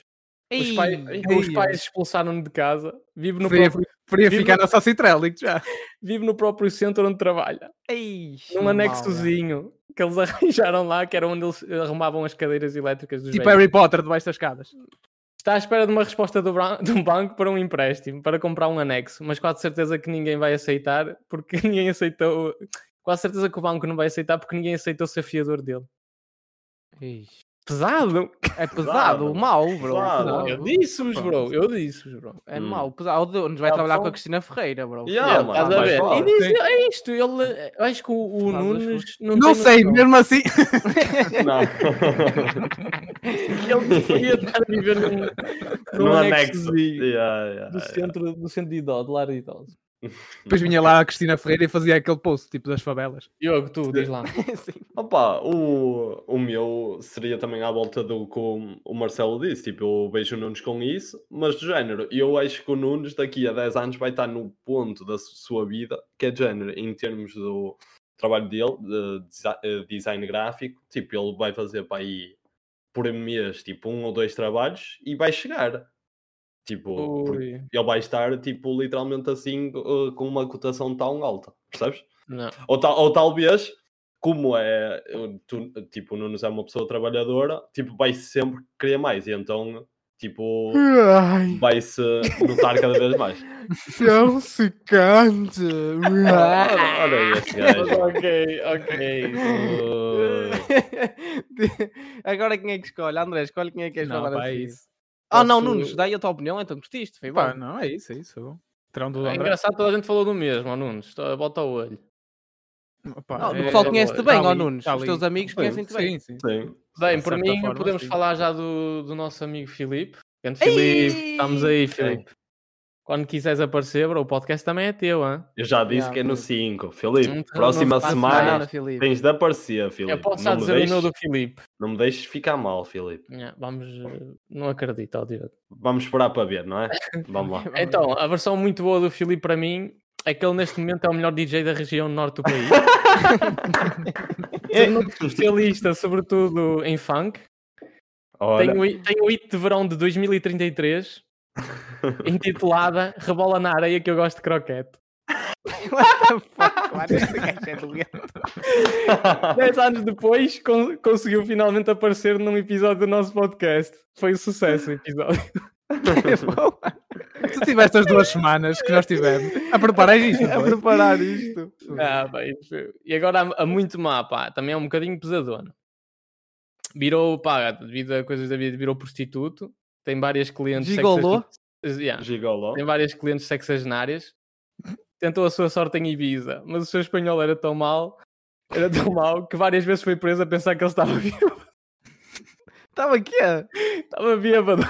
Speaker 3: Os,
Speaker 2: Ei,
Speaker 3: pai- os
Speaker 5: ei,
Speaker 3: pais expulsaram-no de casa. Vive no,
Speaker 5: Preferia,
Speaker 3: próprio,
Speaker 5: preferia
Speaker 3: Vive
Speaker 5: ficar
Speaker 3: no-
Speaker 5: na Sacitrelic já. Tipo
Speaker 3: vive no próprio centro onde trabalha.
Speaker 2: ei,
Speaker 3: Num
Speaker 4: Um
Speaker 2: mal,
Speaker 3: anexozinho que eles arranjaram lá, que era onde eles arrumavam as cadeiras elétricas dos
Speaker 5: Tipo
Speaker 3: velhos.
Speaker 5: Harry Potter debaixo das escadas.
Speaker 3: Está à espera de uma resposta do, bran- de um banco para um empréstimo, para comprar um anexo, mas quase certeza que ninguém vai aceitar, porque ninguém aceitou. Quase certeza que o banco não vai aceitar porque ninguém aceitou ser fiador dele.
Speaker 2: já. Ei,
Speaker 3: Pesado!
Speaker 2: É pesado,
Speaker 4: Pesado.
Speaker 2: mal, bro.
Speaker 4: Pesado.
Speaker 2: pesado.
Speaker 3: eu disse-vos, bro, eu disse-vos, bro.
Speaker 2: É
Speaker 4: Hum.
Speaker 2: mau, pesado. O Deus vai
Speaker 3: Ah,
Speaker 2: trabalhar
Speaker 3: pessoal.
Speaker 2: com a Cristina Ferreira, bro.
Speaker 4: Yeah,
Speaker 2: Fudeu,
Speaker 4: mano,
Speaker 2: faz
Speaker 3: Estás a
Speaker 4: mais
Speaker 3: ver?
Speaker 4: fala,
Speaker 3: E diz-
Speaker 5: sim.
Speaker 3: é isto, ele. Eu acho que o, o
Speaker 2: Faz as
Speaker 3: Nunes. Não,
Speaker 5: Não
Speaker 3: tem
Speaker 5: sei,
Speaker 3: noção.
Speaker 5: mesmo assim.
Speaker 4: Não.
Speaker 3: Ele preferia estar a viver num, num
Speaker 4: Num anexo.
Speaker 3: anexozinho
Speaker 4: Yeah, yeah,
Speaker 3: do,
Speaker 4: yeah.
Speaker 3: centro, do centro de idosos, do lar de idosos.
Speaker 5: Depois vinha lá a Cristina Ferreira e fazia aquele post, tipo das favelas.
Speaker 3: Diogo, tu, diz lá.
Speaker 2: Sim.
Speaker 4: Opa, o, o meu seria também à volta do que o, o Marcelo disse. Tipo, eu vejo o Nunes com isso, mas de género, eu acho que o Nunes daqui a 10 anos vai estar no ponto da su- sua vida, que é de género, em termos do trabalho dele, de desi- eh, design gráfico. Tipo, ele vai fazer para aí por mês, tipo, um ou dois trabalhos e vai chegar. Tipo, porque
Speaker 3: Ui,
Speaker 4: ele vai estar, tipo, literalmente assim, eh, com uma cotação tão alta, percebes?
Speaker 3: Não.
Speaker 4: Ou, tal, ou talvez, como é, eu- tu, tipo, o Nunes é uma pessoa trabalhadora, tipo, vai sempre querer mais, e então, tipo,
Speaker 5: Hum.
Speaker 2: Ai,
Speaker 4: vai-se notar cada vez mais.
Speaker 2: tão secante.
Speaker 4: Olha, olha esse gajo.
Speaker 3: ok, ok.
Speaker 4: Ui.
Speaker 2: Agora quem é que escolhe? André, escolhe quem é que queres
Speaker 5: Não,
Speaker 2: falar
Speaker 5: pá, é
Speaker 2: assim.
Speaker 5: isso.
Speaker 2: Ah, não,
Speaker 3: Posso-
Speaker 2: Nunes, dá aí a tua opinião, então curtiste, foi
Speaker 5: Pá,
Speaker 2: bom.
Speaker 5: não, é isso, é isso. Terão do
Speaker 3: É
Speaker 5: André.
Speaker 3: engraçado, toda a gente falou do mesmo, ó Nunes. Tó- Bota o olho.
Speaker 5: Opa,
Speaker 2: Não, o
Speaker 5: é-
Speaker 2: pessoal
Speaker 3: é-
Speaker 2: conhece-te
Speaker 3: tá
Speaker 2: bem, ó
Speaker 5: ali,
Speaker 2: Nunes.
Speaker 5: tá
Speaker 2: Os
Speaker 5: ali.
Speaker 2: teus amigos
Speaker 4: Sim,
Speaker 2: conhecem-te bem.
Speaker 5: Sim, sim.
Speaker 4: Sim.
Speaker 3: Bem,
Speaker 5: De
Speaker 3: por
Speaker 5: certa
Speaker 3: mim
Speaker 5: forma,
Speaker 3: podemos
Speaker 5: sim.
Speaker 3: falar já do, do nosso amigo Filipe. Grande
Speaker 2: Ei!
Speaker 3: Filipe, estamos aí, Filipe. Quando quiseres aparecer, bro, o podcast também é teu, hein?
Speaker 4: Eu já disse
Speaker 5: Yeah,
Speaker 4: que é no
Speaker 5: mas-
Speaker 4: 5. Filipe,
Speaker 3: Então,
Speaker 4: próxima
Speaker 3: não faço
Speaker 4: semana
Speaker 3: nada,
Speaker 2: Filipe.
Speaker 4: tens de aparecer, Filipe.
Speaker 3: Eu posso já
Speaker 4: não, me
Speaker 3: dizer o meu
Speaker 4: deixes,
Speaker 3: do Filipe.
Speaker 4: não me deixes ficar mal, Filipe.
Speaker 3: Nha, vamos, eh, não acredito, ó, Diogo.
Speaker 4: Vamos esperar para ver, não é? Vamos lá.
Speaker 3: Então, a versão muito boa do Filipe para mim é que ele neste momento é o melhor DJ da região norte do país. Tornou-se especialista, sobretudo em funk.
Speaker 4: Olha,
Speaker 3: Tem o, hit- tem o hit de verão de 2033, intitulada Rebola na areia que eu gosto de croquete.
Speaker 2: What the fuck, mano? Este gajo é doente.
Speaker 3: Dez anos depois, con- conseguiu finalmente aparecer num episódio do nosso podcast. Foi um sucesso o episódio.
Speaker 5: Tu É tiveste as duas semanas que nós tivemos a preparar isto. é?
Speaker 2: A preparar isto.
Speaker 3: Ah, bem, foi. e agora a, a muito má, pá. Também é um bocadinho pesadona. Virou, pá, devido a coisas da vida, virou prostituto. Tem várias clientes...
Speaker 2: Gigolô?
Speaker 3: sexas- Yeah.
Speaker 4: gigoló.
Speaker 3: Tem várias clientes sexagenárias. Tentou a sua sorte em Ibiza, mas o seu espanhol era tão mau, era tão mau, que várias vezes foi preso a pensar que ele estava bêbado.
Speaker 2: Estava aqui, ó.
Speaker 3: Estava bêbado.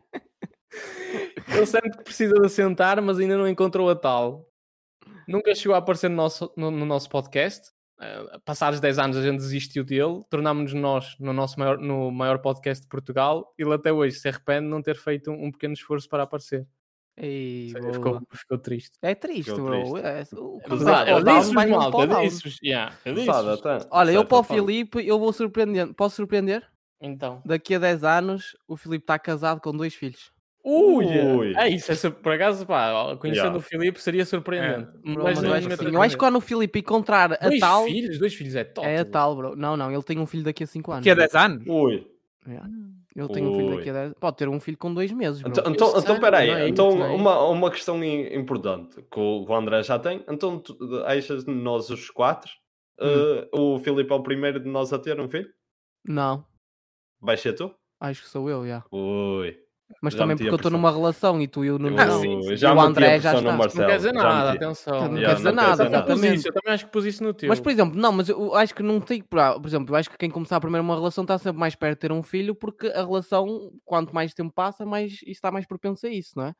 Speaker 3: ele sente que precisa de assentar, mas ainda não encontrou a tal. Nunca chegou a aparecer no nosso, no, no nosso podcast. Eh, passados 10 anos a gente desistiu dele, tornámos-nos nós no, nosso maior, no maior podcast de Portugal. Ele até hoje se arrepende de não ter feito um, um pequeno esforço para aparecer. é
Speaker 2: Ei, boa.
Speaker 3: Ficou, ficou triste.
Speaker 2: É triste,
Speaker 4: Ficou
Speaker 2: bro.
Speaker 4: triste.
Speaker 2: É, o
Speaker 4: Mas,
Speaker 2: conceito
Speaker 4: ah,
Speaker 2: de
Speaker 3: eu
Speaker 2: Paulo
Speaker 3: disse-vos,
Speaker 2: vai num
Speaker 3: malta, é
Speaker 2: Paulo.
Speaker 3: eu disse-vos. Yeah, eu
Speaker 4: Sabe,
Speaker 3: disse-vos.
Speaker 4: até-
Speaker 2: um. Olha, eu
Speaker 4: certa
Speaker 2: para o
Speaker 4: forma.
Speaker 2: Filipe, eu vou surpreender. Posso surpreender?
Speaker 3: Então.
Speaker 2: Daqui a 10 anos, o Filipe está casado com dois filhos.
Speaker 3: Ui!
Speaker 4: Ui.
Speaker 3: É isso, essa, por acaso, pá, ó, conhecendo
Speaker 4: Yeah.
Speaker 3: o Filipe seria surpreendente.
Speaker 2: Bro,
Speaker 3: mas
Speaker 2: mas
Speaker 3: não
Speaker 2: eu,
Speaker 5: é
Speaker 2: acho que
Speaker 3: me
Speaker 2: sim. Eu acho que quando o Filipe encontrar a
Speaker 3: dois
Speaker 2: tal,
Speaker 3: filhos, dois filhos é top.
Speaker 2: é a tal, bro. Não, não, ele tem um filho daqui a 5 anos.
Speaker 5: Que é 10 anos.
Speaker 4: Ui.
Speaker 2: Ele tem um filho
Speaker 4: Ui.
Speaker 2: daqui a 10 Pode ter um filho com 2 meses, bro.
Speaker 4: Então, então,
Speaker 3: isso
Speaker 4: então
Speaker 3: é-
Speaker 4: peraí,
Speaker 3: não é isso,
Speaker 4: então
Speaker 3: não é isso.
Speaker 4: uma, uma questão im- importante que o, que o André já tem. Então, tu, achas de nós os quatro? eh, o Filipe é o primeiro de nós a ter um filho?
Speaker 2: Não,
Speaker 4: Vai ser tu?
Speaker 2: acho que sou eu, já.
Speaker 4: Ui.
Speaker 2: Mas
Speaker 4: Já
Speaker 2: também
Speaker 4: meti
Speaker 2: porque
Speaker 4: a
Speaker 2: eu estou
Speaker 4: pressão.
Speaker 2: numa relação e tu e o Nuno
Speaker 4: Ui,
Speaker 2: não.
Speaker 3: sim, sim.
Speaker 4: Já
Speaker 2: O
Speaker 4: meti
Speaker 2: André
Speaker 4: a
Speaker 2: já
Speaker 4: pressão no
Speaker 2: está. Não
Speaker 4: Marcelo.
Speaker 3: Não quer dizer
Speaker 4: já
Speaker 3: nada,
Speaker 4: meti.
Speaker 3: atenção.
Speaker 2: Não
Speaker 4: Yeah,
Speaker 2: quer dizer
Speaker 4: não quer
Speaker 2: nada,
Speaker 4: dizer nada.
Speaker 3: Eu, pus
Speaker 2: exatamente.
Speaker 3: isso, eu também acho que pus isso no teu.
Speaker 2: Mas, por exemplo, não, mas eu acho que não tem. que- Por exemplo, eu acho que quem começar primeiro uma relação está sempre mais perto de ter um filho, porque a relação, quanto mais tempo passa, mais isso está mais propenso a isso, não é?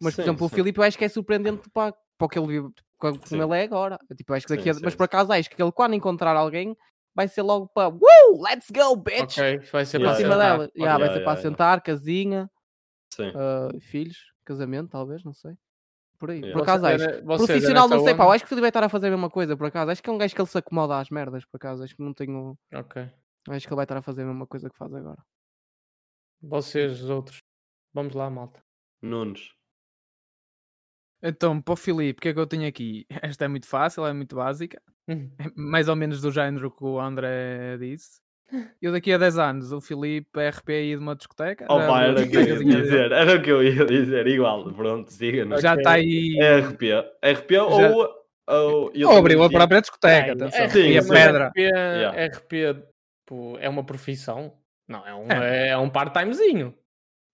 Speaker 2: Mas, por
Speaker 4: Sim,
Speaker 2: exemplo, o
Speaker 4: sim.
Speaker 2: Filipe eu acho que é surpreendente para, para o que ele vive, tipo, como
Speaker 4: Sim.
Speaker 2: ele é agora. Tipo, eu acho que daqui
Speaker 4: Sim,
Speaker 2: a-
Speaker 4: sim,
Speaker 2: mas por
Speaker 4: sim.
Speaker 2: acaso acho que ele quando encontrar alguém vai ser logo para Woo! Let's go, bitch!
Speaker 3: ok, vai ser
Speaker 2: Para
Speaker 4: Yeah,
Speaker 2: cima
Speaker 3: para cima
Speaker 2: dela. Yeah, vai
Speaker 4: Yeah,
Speaker 2: ser
Speaker 4: yeah,
Speaker 2: para
Speaker 4: yeah.
Speaker 2: sentar, casinha,
Speaker 4: Sim.
Speaker 2: ah, filhos, casamento, talvez, não sei. Por aí.
Speaker 4: Yeah.
Speaker 2: Por acaso acho. Profissional, não sei, pá, eu acho que o Filipe vai estar a fazer a mesma coisa, por acaso. Acho que é um gajo que ele se acomoda às merdas, por acaso. Acho que não tenho.
Speaker 3: Ok.
Speaker 2: Acho que ele vai estar a fazer a mesma coisa que faz agora.
Speaker 3: Vocês, os outros. Vamos lá, malta.
Speaker 4: Nunes.
Speaker 5: Então, para o Filipe, o que é que eu tenho aqui? Esta é muito fácil, é muito básica. É mais ou menos do género que o André disse. Eu daqui a 10 anos, o Filipe é RPI de uma discoteca.
Speaker 4: Oh,
Speaker 5: já
Speaker 4: pá,
Speaker 5: abriu a
Speaker 4: era o que eu ia
Speaker 5: discotecazinha dele.
Speaker 4: dizer. Era o que eu ia dizer. Igual. Pronto, siga-nos.
Speaker 5: Já está aí.
Speaker 4: É RP. RP ou. ou eu
Speaker 5: Ou
Speaker 4: tenho
Speaker 5: abriu a
Speaker 4: aqui-
Speaker 5: própria discoteca,
Speaker 2: É,
Speaker 5: atenção.
Speaker 4: é, sim,
Speaker 5: e a
Speaker 4: sim.
Speaker 5: pedra.
Speaker 3: RP, é
Speaker 4: Yeah.
Speaker 3: RP pô, é uma profissão? Não, é um, é. um part-timezinho.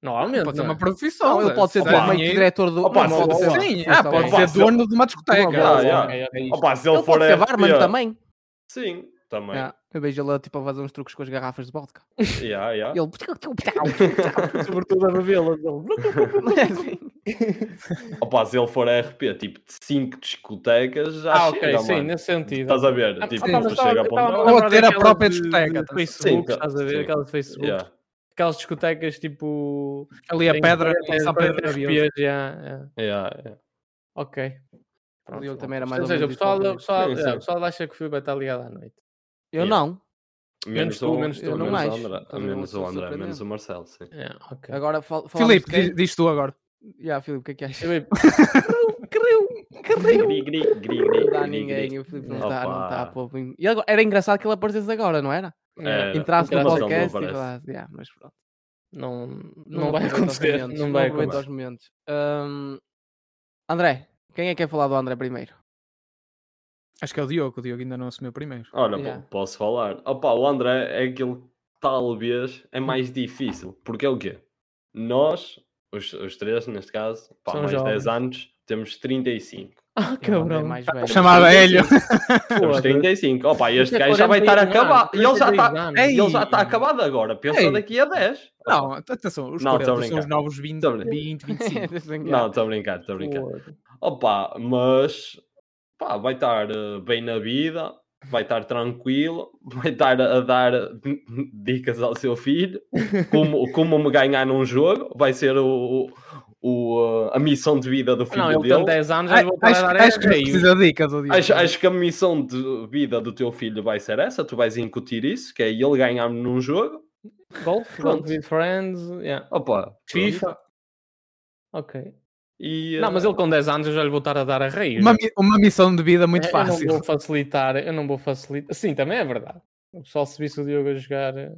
Speaker 3: Normalmente.
Speaker 5: Pode ser
Speaker 3: não é?
Speaker 5: uma profissão.
Speaker 2: ele pode ser
Speaker 4: opa,
Speaker 2: também
Speaker 5: dinheiro.
Speaker 2: diretor do.
Speaker 4: Opa,
Speaker 2: não,
Speaker 4: se-
Speaker 2: pode ser-
Speaker 4: se-
Speaker 5: Sim,
Speaker 2: Sim,
Speaker 5: ah,
Speaker 2: sim,
Speaker 5: pode
Speaker 2: sim.
Speaker 5: ser
Speaker 4: Sim.
Speaker 5: dono de uma discoteca.
Speaker 4: Ah, yeah.
Speaker 3: Ok, ok.
Speaker 4: Opa, se ele
Speaker 2: Ele
Speaker 4: for
Speaker 2: pode ser
Speaker 4: RP.
Speaker 2: barman também.
Speaker 4: Sim, também.
Speaker 2: Yeah. Eu vejo ele tipo, a fazer uns truques com as garrafas de vodka.
Speaker 4: Yeah, yeah.
Speaker 2: E ele.
Speaker 3: Sobretudo a bebê-las.
Speaker 4: Opa, se ele for RP, tipo, de 5 discotecas, já
Speaker 3: Ah, ok,
Speaker 4: chega,
Speaker 3: sim,
Speaker 4: mano.
Speaker 3: nesse sentido.
Speaker 4: Estás a ver?
Speaker 3: Ah,
Speaker 4: tipo,
Speaker 3: pá, mas
Speaker 4: chega
Speaker 3: estava-
Speaker 4: a
Speaker 3: estava
Speaker 4: ponto.
Speaker 5: Ou
Speaker 3: lembrar
Speaker 5: ter a
Speaker 3: daquelas
Speaker 5: própria
Speaker 3: de- de
Speaker 5: discoteca, tá tá-se-
Speaker 3: Facebook,
Speaker 4: Sim,
Speaker 3: estás a ver?
Speaker 4: sim.
Speaker 3: Aquelas de Facebook.
Speaker 4: Yeah.
Speaker 3: Aquelas discotecas tipo.
Speaker 5: Ali a
Speaker 3: tem
Speaker 5: pedra.
Speaker 3: quarenta-
Speaker 5: só pedra
Speaker 3: 40
Speaker 5: rabiosa.
Speaker 3: espias, yeah, yeah.
Speaker 4: Yeah, yeah.
Speaker 3: Ok. Pronto,
Speaker 2: Diogo
Speaker 3: pronto.
Speaker 2: também era mais
Speaker 3: ou
Speaker 2: ou
Speaker 3: seja, o
Speaker 2: menos
Speaker 3: pessoal,
Speaker 2: isso,
Speaker 3: o, pessoal,
Speaker 4: Sim,
Speaker 3: yeah,
Speaker 4: sim.
Speaker 3: o pessoal acha que o filme vai estar ligado à noite.
Speaker 2: Eu
Speaker 4: Yeah.
Speaker 2: não.
Speaker 3: Menos tu,
Speaker 4: o-
Speaker 3: menos tu.
Speaker 4: o
Speaker 2: Eu não acho.
Speaker 4: André-
Speaker 2: Estás a ver,
Speaker 4: menos
Speaker 2: sou
Speaker 4: o André,
Speaker 2: surpreendente.
Speaker 4: menos o Marcelo, sim.
Speaker 3: Yeah, ok.
Speaker 2: Agora fal falamos
Speaker 5: Filipe,
Speaker 2: de quem?
Speaker 5: diz, diz tu agora.
Speaker 2: Yeah, Filipe, o que é que achas?
Speaker 3: Filipe,
Speaker 4: Gri, gri, gri, gri,
Speaker 2: Não dá a
Speaker 4: gri,
Speaker 2: ninguém,
Speaker 4: gri.
Speaker 2: o Filipe não está, não está.
Speaker 4: Opa.
Speaker 2: pô, bem- E agora- Era engraçado que ele aparecesse agora, não era? Entrasse
Speaker 4: Era.
Speaker 2: no
Speaker 3: entrasse, ele não
Speaker 2: podcast e
Speaker 4: aparece.
Speaker 2: falasse. Yeah, mas pronto.
Speaker 3: Não, não vai
Speaker 2: aproveita os
Speaker 3: acontecer.
Speaker 2: momentos,
Speaker 3: Não vai
Speaker 2: aproveita
Speaker 3: acontecer.
Speaker 2: os momentos. Hum, André, quem é que quer falar do André primeiro?
Speaker 5: Acho que é o Diogo, o Diogo ainda não assumiu primeiro.
Speaker 4: Ora, po-
Speaker 2: Yeah.
Speaker 4: posso falar. Opa, o André é aquele que talvez é mais difícil. Porque é o quê? Nós, os, os três, neste caso, pá,
Speaker 3: São
Speaker 4: mais
Speaker 3: jovens.
Speaker 4: 10 anos, temos 35.
Speaker 2: Eu
Speaker 3: Ah,
Speaker 2: mandei
Speaker 3: cabrão.
Speaker 2: mais velho.
Speaker 5: Chamar velho.
Speaker 4: Temos
Speaker 3: Foda-se.
Speaker 4: 35. Opa, este
Speaker 3: Isto é
Speaker 4: gajo já vai
Speaker 3: 48
Speaker 4: estar acabado. E
Speaker 3: anos,
Speaker 4: ele já tá- está
Speaker 3: 42 anos.
Speaker 5: Ei.
Speaker 4: ele já está acabado agora. Pensa
Speaker 5: Ei.
Speaker 4: daqui a 10.
Speaker 5: Não, atenção, os
Speaker 4: Não, tô
Speaker 5: 40
Speaker 4: a
Speaker 5: são os
Speaker 4: brincar.
Speaker 5: novos 20,
Speaker 4: Tô a brincar.
Speaker 5: 20, 25.
Speaker 4: Não, estou a brincar, estou a brincar. Opa, mas pá, vai estar eh, bem na vida, vai estar tranquilo, vai estar a dar eh, dicas ao seu filho, como, como me ganhar num jogo, vai ser o, o- o, eh, a missão de vida do filho
Speaker 3: Ah, Não, ele é tem
Speaker 4: dele.
Speaker 3: 10 anos, já
Speaker 5: Ai,
Speaker 3: lhe vou
Speaker 5: Acho,
Speaker 3: parar a dar
Speaker 5: acho que não
Speaker 3: ideia.
Speaker 5: precisa de dicas, ô Diogo.
Speaker 4: Acho, acho que a missão de vida do teu filho vai ser essa, tu vais incutir isso, que é ele ganhar num jogo.
Speaker 3: Golf,
Speaker 4: Pronto.
Speaker 3: Golf with Friends, yeah.
Speaker 4: Opa,
Speaker 3: FIFA. Ok.
Speaker 4: e,
Speaker 3: Não,
Speaker 4: eh,
Speaker 3: mas ele com 10 anos eu já lhe vou estar a dar a raiz.
Speaker 2: é
Speaker 5: uma, mi- uma missão de vida muito
Speaker 3: É, Eu- Eu não
Speaker 5: fácil.
Speaker 3: vou facilitar, eu não vou facilitar. Sim, também é verdade. O pessoal se visse o Diogo a jogar, eh,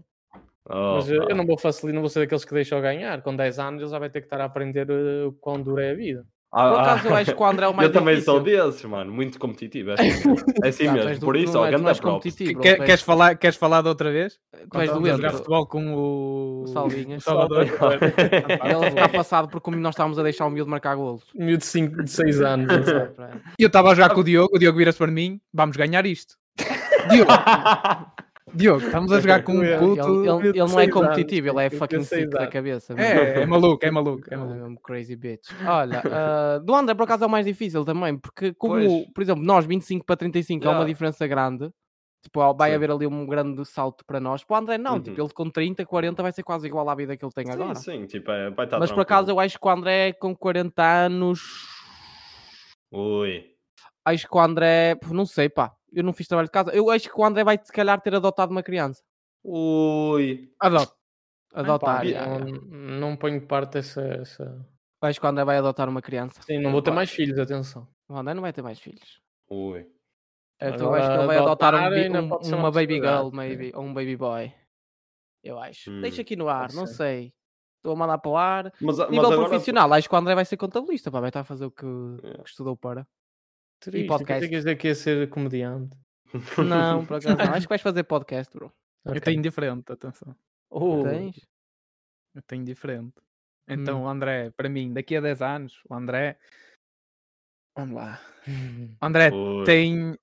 Speaker 4: oh,
Speaker 3: mas eh, eu
Speaker 4: pá.
Speaker 3: não vou facilitar, não vou ser daqueles que deixam ganhar. Com 10 anos ele já vai ter que estar a aprender eh, o quão dura é a vida.
Speaker 4: Ah,
Speaker 2: Por
Speaker 4: ah.
Speaker 2: acaso eu acho que o André é o mais
Speaker 4: eu também
Speaker 2: difícil.
Speaker 4: sou desses, mano. Muito competitivo. É assim, é assim
Speaker 2: Tá, tu és
Speaker 4: mesmo.
Speaker 2: do-
Speaker 4: Por
Speaker 2: tu
Speaker 4: isso,
Speaker 2: não
Speaker 4: ó,
Speaker 2: és- tu
Speaker 4: ganda
Speaker 2: és
Speaker 4: props.
Speaker 5: Que-
Speaker 2: competitivo,
Speaker 5: que-
Speaker 2: tu és-
Speaker 5: queres, falar, queres falar de outra vez?
Speaker 2: tu és
Speaker 5: Quando estávamos a jogar
Speaker 2: doente.
Speaker 5: futebol com o,
Speaker 2: O Salvinhas.
Speaker 5: o Salvador. Tá
Speaker 2: E Ele ficar passado por como nós estávamos a deixar o miúdo marcar golos.
Speaker 3: Miúdo de 5, de 6 anos. não sei.
Speaker 5: E eu estava a jogar com o Diogo, o Diogo vira-se para mim, vamos ganhar isto. Diogo, Diogo, estamos a jogar com um
Speaker 3: é, Ele-
Speaker 2: Ele,
Speaker 5: puto.
Speaker 2: ele- ele
Speaker 5: de
Speaker 2: não é
Speaker 5: seis anos.
Speaker 2: competitivo, ele é
Speaker 3: tem
Speaker 2: fucking
Speaker 3: 16
Speaker 2: sick da
Speaker 3: anos.
Speaker 2: cabeça. mesmo.
Speaker 5: É, é maluco, é maluco.
Speaker 2: É
Speaker 5: É maluco.
Speaker 2: mesmo crazy bitch. Olha, ah, do André por acaso é o mais difícil também, porque como,
Speaker 4: Pois.
Speaker 2: por exemplo, nós 25 para 35 é uma
Speaker 4: Yeah.
Speaker 2: diferença grande, tipo, há- vai
Speaker 4: Sim.
Speaker 2: haver ali um grande salto para nós. Para o André não, tipo,
Speaker 4: Uhum.
Speaker 2: ele com 30, 40 vai ser quase igual à vida que ele tem agora.
Speaker 4: Sim, sim, tipo, é, vai estar
Speaker 2: Mas por acaso eu acho que o André com 40 anos
Speaker 4: Ui.
Speaker 2: acho que o André, pô, não sei, pá, eu não fiz trabalho de casa. Eu acho que o André vai, se calhar, ter adotado uma criança.
Speaker 4: Ui.
Speaker 5: Adoro.
Speaker 2: Adotar.
Speaker 4: e-
Speaker 2: já,
Speaker 3: Não,
Speaker 2: já.
Speaker 3: não ponho parte dessa. essa-
Speaker 2: Acho que o André vai adotar uma criança.
Speaker 3: Sim, não vou ter
Speaker 2: Pá.
Speaker 3: mais filhos, atenção.
Speaker 2: O André não vai ter mais filhos.
Speaker 4: Ui.
Speaker 2: Então
Speaker 3: Agora,
Speaker 2: acho que ele vai adotar um
Speaker 3: adotar
Speaker 2: bi-
Speaker 3: ainda
Speaker 2: um-
Speaker 3: pode ser
Speaker 2: uma
Speaker 3: uma
Speaker 2: baby
Speaker 3: possibilidade,
Speaker 2: girl, maybe, ou um baby boy. Eu acho.
Speaker 4: Hum,
Speaker 2: Deixa aqui no ar,
Speaker 3: pode
Speaker 2: não
Speaker 3: ser.
Speaker 2: sei. Estou a mandar para o ar.
Speaker 4: Mas, mas
Speaker 2: Nível
Speaker 4: agora-
Speaker 2: profissional, acho que o André vai ser contabilista, pá, vai estar a fazer o que,
Speaker 4: É.
Speaker 2: que estudou para.
Speaker 3: Triste.
Speaker 2: podcast?
Speaker 3: Eu que dizer que ia ser comediante.
Speaker 2: Não, por acaso não. Acho que vais fazer podcast, bro.
Speaker 5: Eu
Speaker 3: Ok.
Speaker 5: tenho diferente, atenção.
Speaker 3: Oh,
Speaker 2: Tens?
Speaker 5: Eu tenho diferente. Então, o André, para mim, daqui a 10 anos, o André. Vamos lá. O
Speaker 2: é,
Speaker 5: André
Speaker 4: Ui.
Speaker 5: tem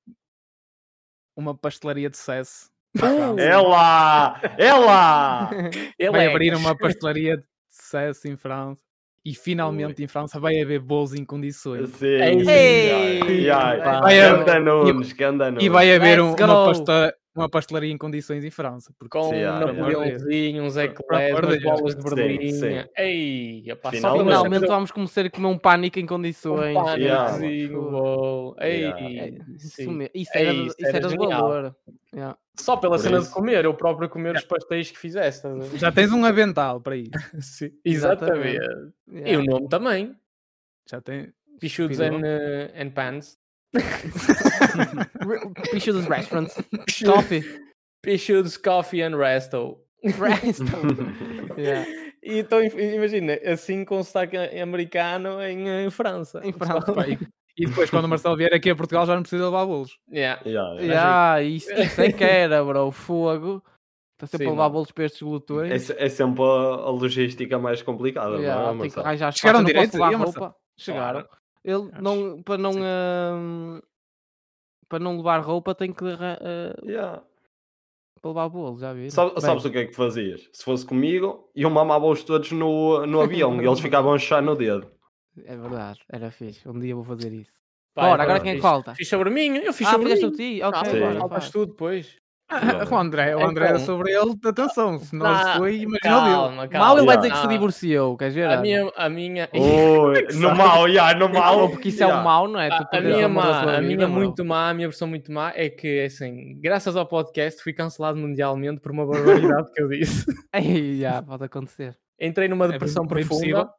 Speaker 5: uma pastelaria de sucesso.
Speaker 4: É um Ela! Ela!
Speaker 3: ele
Speaker 5: vai
Speaker 3: é.
Speaker 5: abrir uma pastelaria de sucesso em França. E finalmente em França vai haver bolos em condições.
Speaker 2: É
Speaker 4: sim.
Speaker 2: Ei,
Speaker 4: Ei, ai,
Speaker 2: pá.
Speaker 4: ai.
Speaker 5: Vai-
Speaker 4: Ganda Nunes, ganda Nunes.
Speaker 5: E vai haver um-
Speaker 2: Let's
Speaker 5: uma,
Speaker 2: go.
Speaker 5: pasta- uma pastelaria em condições em França. Porque
Speaker 3: com
Speaker 4: Sim, ah,
Speaker 3: um
Speaker 4: é.
Speaker 3: Napoleãozinho, uns
Speaker 5: Pelo
Speaker 3: eclairs,
Speaker 5: amor de
Speaker 3: umas
Speaker 5: Deus.
Speaker 3: bolas de
Speaker 4: Sim,
Speaker 3: Berlim.
Speaker 4: sim.
Speaker 3: Ei, opa, só para
Speaker 4: Finalmente.
Speaker 2: Finalmente vamos começar a comer um pânico em
Speaker 3: fazer
Speaker 2: condições.
Speaker 3: um
Speaker 4: Yeah.
Speaker 3: pânicozinho,
Speaker 2: Fogo.
Speaker 3: bolo. Ei,
Speaker 2: É,
Speaker 4: Yeah.
Speaker 2: Isso,
Speaker 3: Sim.
Speaker 2: mesmo. isso
Speaker 3: É
Speaker 2: era,
Speaker 3: isso,
Speaker 2: isso
Speaker 3: era
Speaker 2: era de
Speaker 3: genial.
Speaker 2: valor.
Speaker 3: só pela
Speaker 4: Por
Speaker 3: cena
Speaker 4: isso.
Speaker 3: de comer, eu próprio comer os pastéis que fizeste. estás a ver?
Speaker 5: já tens um avental para isso.
Speaker 3: Sim,
Speaker 2: Exatamente.
Speaker 3: Exatamente.
Speaker 2: Yeah.
Speaker 3: E o nome também.
Speaker 5: Já tem.
Speaker 3: Pichudos
Speaker 5: Pichu.
Speaker 3: and, eh, and Pants.
Speaker 2: Re- Pichu dos restaurants. Coffee.
Speaker 3: Pichudos Coffee and Resto.
Speaker 2: Restaurant. Yeah.
Speaker 3: E então, im- imagina, assim com sotaque a- americano em, eh, França.
Speaker 2: Em França.
Speaker 5: Pá, e, e depois, quando o Marcelo vier aqui a Portugal, já não precisa levar bolos.
Speaker 3: Yeah.
Speaker 4: Yeah, yeah.
Speaker 2: yeah, isso, isso é que era, bro. Fogo. Está sempre
Speaker 3: Sim,
Speaker 2: a levar
Speaker 3: mano.
Speaker 2: bolos para estes
Speaker 4: É,
Speaker 2: glutões.
Speaker 4: é sempre a, a logística mais complicada,
Speaker 2: Yeah,
Speaker 4: não é,
Speaker 2: tem que
Speaker 4: Marcelo?
Speaker 2: arranjar espaço.
Speaker 5: Chegaram
Speaker 2: Eu não posso
Speaker 5: direito?
Speaker 2: levar
Speaker 5: E a
Speaker 2: roupa.
Speaker 5: Marcelo?
Speaker 2: Chegaram. Ele não, para não.
Speaker 5: Sim.
Speaker 2: ahm, para não levar roupa, tem que arran- ah,
Speaker 4: Yeah.
Speaker 2: para levar bolo, já viram?
Speaker 4: Sabe- sabes o que é que fazias? Se fosse comigo, eu mamava-os todos no, no avião e eles ficavam a chá no dedo.
Speaker 2: É verdade, era fixe. Um dia vou fazer isso.
Speaker 3: Pá,
Speaker 2: Bora, agora
Speaker 4: bora,
Speaker 2: quem é que
Speaker 3: fiz-
Speaker 2: falta?
Speaker 3: Fiz sobre mim, eu fiz
Speaker 2: ah,
Speaker 3: sobre
Speaker 2: fizeste
Speaker 3: mim.
Speaker 2: o ti?
Speaker 3: Ah,
Speaker 2: Ok,
Speaker 4: sim.
Speaker 2: bora,
Speaker 3: faltas
Speaker 2: faz.
Speaker 3: tu depois.
Speaker 5: o André, o André
Speaker 3: Então.
Speaker 5: sobre ele, atenção, se não
Speaker 3: Ah,
Speaker 5: foi, imagina o dele.
Speaker 3: Calma, calma.
Speaker 2: Mal ele vai
Speaker 4: Yeah.
Speaker 2: dizer que se
Speaker 3: Ah,
Speaker 2: divorciou, Oh, queres ver?
Speaker 3: A
Speaker 2: Ana?
Speaker 3: minha, a minha,
Speaker 4: Oi, no mal, yeah, no mal.
Speaker 2: Porque isso é o
Speaker 4: Yeah.
Speaker 2: mau, não é? Tu
Speaker 3: a- a,
Speaker 2: perderes
Speaker 3: minha
Speaker 2: amor da
Speaker 3: má,
Speaker 2: tua
Speaker 3: a
Speaker 2: vida,
Speaker 3: minha
Speaker 2: bro.
Speaker 3: muito má, a minha versão muito má é que, assim, graças ao podcast fui cancelado mundialmente por uma barbaridade que eu disse.
Speaker 2: Ei, já, pode acontecer.
Speaker 3: Entrei numa
Speaker 5: É
Speaker 3: depressão
Speaker 5: bem possível.
Speaker 3: profunda,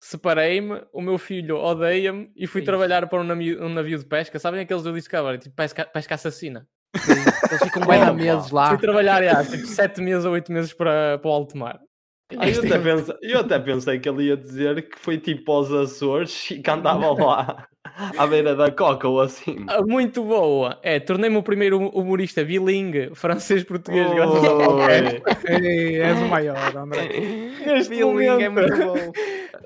Speaker 3: separei-me, o meu filho odeia-me e fui
Speaker 2: Ixi.
Speaker 3: trabalhar para um navio, um navio de pesca. Sabem aqueles do Discovery? Tipo, pesca, pesca assassina.
Speaker 2: Eles ficam bem há
Speaker 4: Opa.
Speaker 2: meses lá.
Speaker 3: Fui trabalhar, já, tipo, sete meses ou oito meses para, para o alto mar.
Speaker 4: Ah, eu, até pensei, eu até pensei que ele ia dizer que foi tipo aos Açores e que andava lá à beira da coca ou assim.
Speaker 3: Ah, Muito boa. É, tornei-me o primeiro hum- humorista bilingue francês-português. graças ao
Speaker 2: Oh.
Speaker 3: podcast.
Speaker 4: Oi.
Speaker 5: Ei, és o maior, André.
Speaker 3: Neste momento,
Speaker 2: Feeling é muito bom.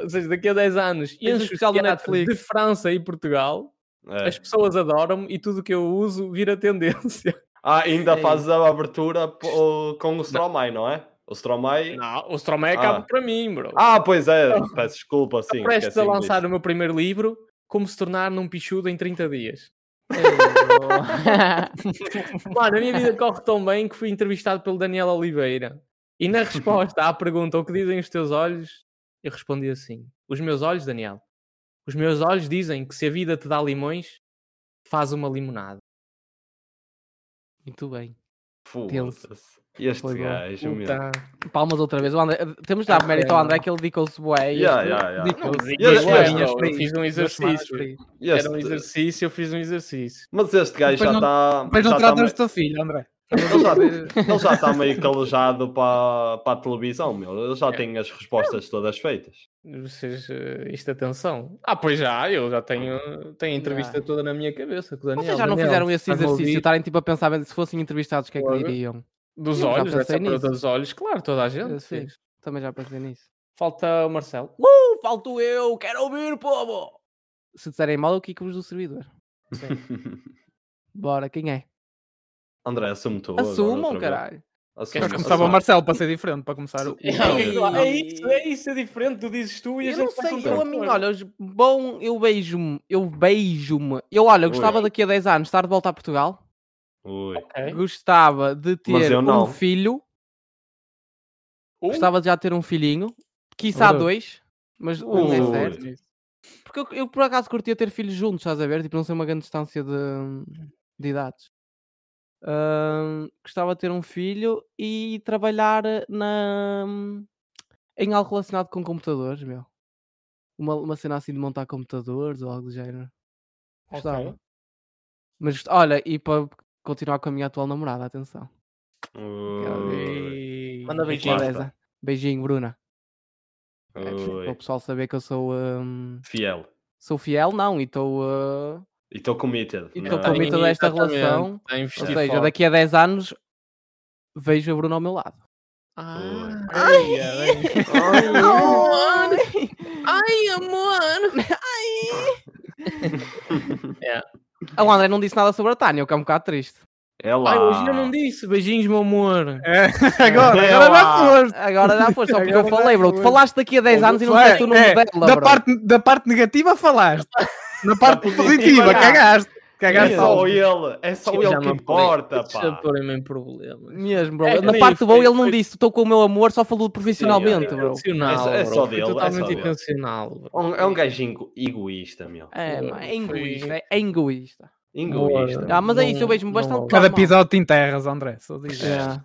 Speaker 3: ou seja, daqui a 10 anos,
Speaker 2: um
Speaker 3: enche o
Speaker 2: especial do
Speaker 3: teatro
Speaker 2: Netflix.
Speaker 3: de França e Portugal
Speaker 4: É.
Speaker 3: As pessoas adoram-me e tudo o que eu uso vira tendência.
Speaker 4: Ah, ainda
Speaker 3: Ei.
Speaker 4: fazes a abertura po- com o Stromae, não é? O Stromae.
Speaker 3: Não, o Stromae
Speaker 4: Ah.
Speaker 3: acaba para mim, bro.
Speaker 4: Ah, pois é, peço desculpa, sim. é
Speaker 3: Estou Tá prestes a
Speaker 4: esqueci-me
Speaker 3: lançar
Speaker 4: disso.
Speaker 3: o meu primeiro livro, Como se tornar num pichudo em 30 dias. Mano, a minha vida corre tão bem que fui entrevistado pelo Daniel Oliveira. E na resposta à pergunta, o que dizem os teus olhos? Eu respondi assim: Os meus olhos, Daniel. Os meus olhos dizem que se a vida te dá limões, faz uma limonada.
Speaker 2: Muito bem.
Speaker 4: Foda-se. Este
Speaker 2: Foi bom.
Speaker 4: gajo, meu.
Speaker 3: Puta.
Speaker 2: Palmas outra vez. O André- Temos de dar
Speaker 3: Ah, é,
Speaker 2: mérito ao André que ele dedicou-se bué. e
Speaker 4: Yeah,
Speaker 2: este
Speaker 4: yeah, yeah.
Speaker 2: dedicou-se.
Speaker 3: Mas é
Speaker 4: Yes,
Speaker 3: eu
Speaker 4: yes,
Speaker 3: acho,
Speaker 5: yes.
Speaker 3: Eu fiz
Speaker 5: Duas semanas
Speaker 3: um
Speaker 5: por
Speaker 3: exercício.
Speaker 5: aí.
Speaker 3: Era um
Speaker 4: Este-
Speaker 3: exercício, eu fiz um exercício.
Speaker 4: Mas este
Speaker 5: Depois
Speaker 4: gajo já
Speaker 5: não-
Speaker 4: está.
Speaker 5: Mas não
Speaker 4: já tá
Speaker 5: tratas do
Speaker 4: meio-
Speaker 5: teu filho, André.
Speaker 4: Ele já- ele já está meio calejado para, para a televisão, meu. Ele já tem as respostas todas feitas.
Speaker 3: Vocês, eh, isto atenção. Ah, pois já, eu já tenho, tenho a entrevista
Speaker 2: Yeah.
Speaker 3: toda na minha cabeça com o Daniel.
Speaker 2: Vocês já não
Speaker 3: Daniel,
Speaker 2: fizeram esse
Speaker 3: estás-me a
Speaker 2: exercício,
Speaker 3: ouvir?
Speaker 2: estarem tipo a pensar, bem, se fossem entrevistados, o que é que
Speaker 3: Claro.
Speaker 2: diriam?
Speaker 3: Dos
Speaker 2: Eu já
Speaker 3: olhos, essa
Speaker 2: pensei
Speaker 3: pergunta
Speaker 2: nisso.
Speaker 3: dos olhos, claro, toda a gente.
Speaker 2: Eu sei. Também já pensei nisso.
Speaker 3: Falta o Marcelo.
Speaker 2: Uh, falto eu, quero ouvir, povo! Se disserem mal, é eu quico-vos do servidor. Bora, quem é?
Speaker 4: André, assume tu. agora
Speaker 2: Assumam,
Speaker 4: outra vez.
Speaker 2: caralho.
Speaker 4: Assume,
Speaker 5: Mas começava o
Speaker 4: assume.
Speaker 5: Marcelo para ser diferente, para começar o.
Speaker 2: Ei.
Speaker 3: É isso, é isso, é diferente. Tu dizes tu e a
Speaker 2: Eu
Speaker 3: gente
Speaker 2: não
Speaker 3: faz
Speaker 2: sei,
Speaker 3: outra
Speaker 2: eu a mim,
Speaker 3: coisa.
Speaker 2: um olha, hoje- bom, eu beijo-me, eu beijo-me. Eu, olha, eu gostava
Speaker 4: Ui.
Speaker 2: daqui a 10 anos estar de volta a Portugal.
Speaker 4: Ui.
Speaker 3: Ok.
Speaker 2: Gostava de ter
Speaker 4: eu não.
Speaker 2: um filho.
Speaker 3: Um?
Speaker 2: Gostava de já ter um filhinho. Quiçá
Speaker 5: Ora.
Speaker 2: dois. Mas não é
Speaker 4: Ui.
Speaker 2: certo. Porque eu, eu, por acaso curtia ter filhos juntos, estás a ver? Tipo, não sei uma grande distância de, de idades. Ahn, gostava de ter um filho e trabalhar na, em algo relacionado com computadores, meu. Uma, uma cena assim de montar computadores ou algo do género. Gostava.
Speaker 3: Ok.
Speaker 2: Mas, gost- olha, e para continuar com a minha atual namorada, atenção.
Speaker 4: Ui.
Speaker 3: Manda
Speaker 2: Fica
Speaker 3: beijinho.
Speaker 2: com
Speaker 4: Basta.
Speaker 2: essa. Beijinho, Bruna. É, para o
Speaker 4: Ui.
Speaker 2: pessoal saber que eu sou, ahm,
Speaker 4: Fiel.
Speaker 2: sou fiel, não, e estou. ah,
Speaker 4: E estou committed.
Speaker 2: E estou
Speaker 4: na-
Speaker 3: Tem-
Speaker 2: committed. toda esta
Speaker 3: exatamente,
Speaker 2: relação,
Speaker 3: A investir
Speaker 2: Ou seja,
Speaker 3: forte.
Speaker 2: daqui a 10 anos vejo a Bruna ao meu lado.
Speaker 3: Ah,
Speaker 2: Ai, amor! Ai! O André não disse nada sobre a Tânia, o que é um bocado triste.
Speaker 4: É lá.
Speaker 3: ai, hoje eu não disse. Beijinhos, meu amor.
Speaker 5: É, agora, agora vai forte.
Speaker 2: Agora já foi, só porque eu
Speaker 5: Agora já
Speaker 2: falei, bro. Tu
Speaker 5: foi.
Speaker 2: falaste daqui a 10 anos e não disseste o número
Speaker 5: É,
Speaker 2: dela,
Speaker 5: da
Speaker 2: bro.
Speaker 5: parte, da parte negativa falaste. Na parte positiva,
Speaker 4: já.
Speaker 5: cagaste.
Speaker 4: É
Speaker 5: Cagaste só.
Speaker 4: só ele. É só
Speaker 3: Eu
Speaker 4: ele
Speaker 3: já
Speaker 4: que
Speaker 3: me apurei.
Speaker 4: importa,
Speaker 3: Deixa
Speaker 4: pá.
Speaker 3: eu pôr-me em problemas.
Speaker 2: Mesmo, bro.
Speaker 3: É,
Speaker 2: Na
Speaker 3: foi-
Speaker 2: parte boa ele não
Speaker 3: foi-
Speaker 2: disse, estou com o meu amor, só falou profissionalmente,
Speaker 4: Yeah,
Speaker 2: bro.
Speaker 3: Intencional,
Speaker 4: É- é
Speaker 3: bro.
Speaker 4: só
Speaker 3: Foi
Speaker 4: dele, é só
Speaker 3: totalmente
Speaker 4: dele.
Speaker 3: intencional. bro.
Speaker 4: É um- É um gajinho egoísta, meu.
Speaker 2: É,
Speaker 3: Foi-
Speaker 2: mano, é egoísta, é- é egoísta.
Speaker 4: Egoísta.
Speaker 2: Ah, mas é isso, eu
Speaker 3: Não-
Speaker 2: vejo-me bastante
Speaker 3: não-
Speaker 2: bem.
Speaker 5: Cada
Speaker 2: Calma.
Speaker 5: episódio te enterras, André. Só digo.
Speaker 2: É.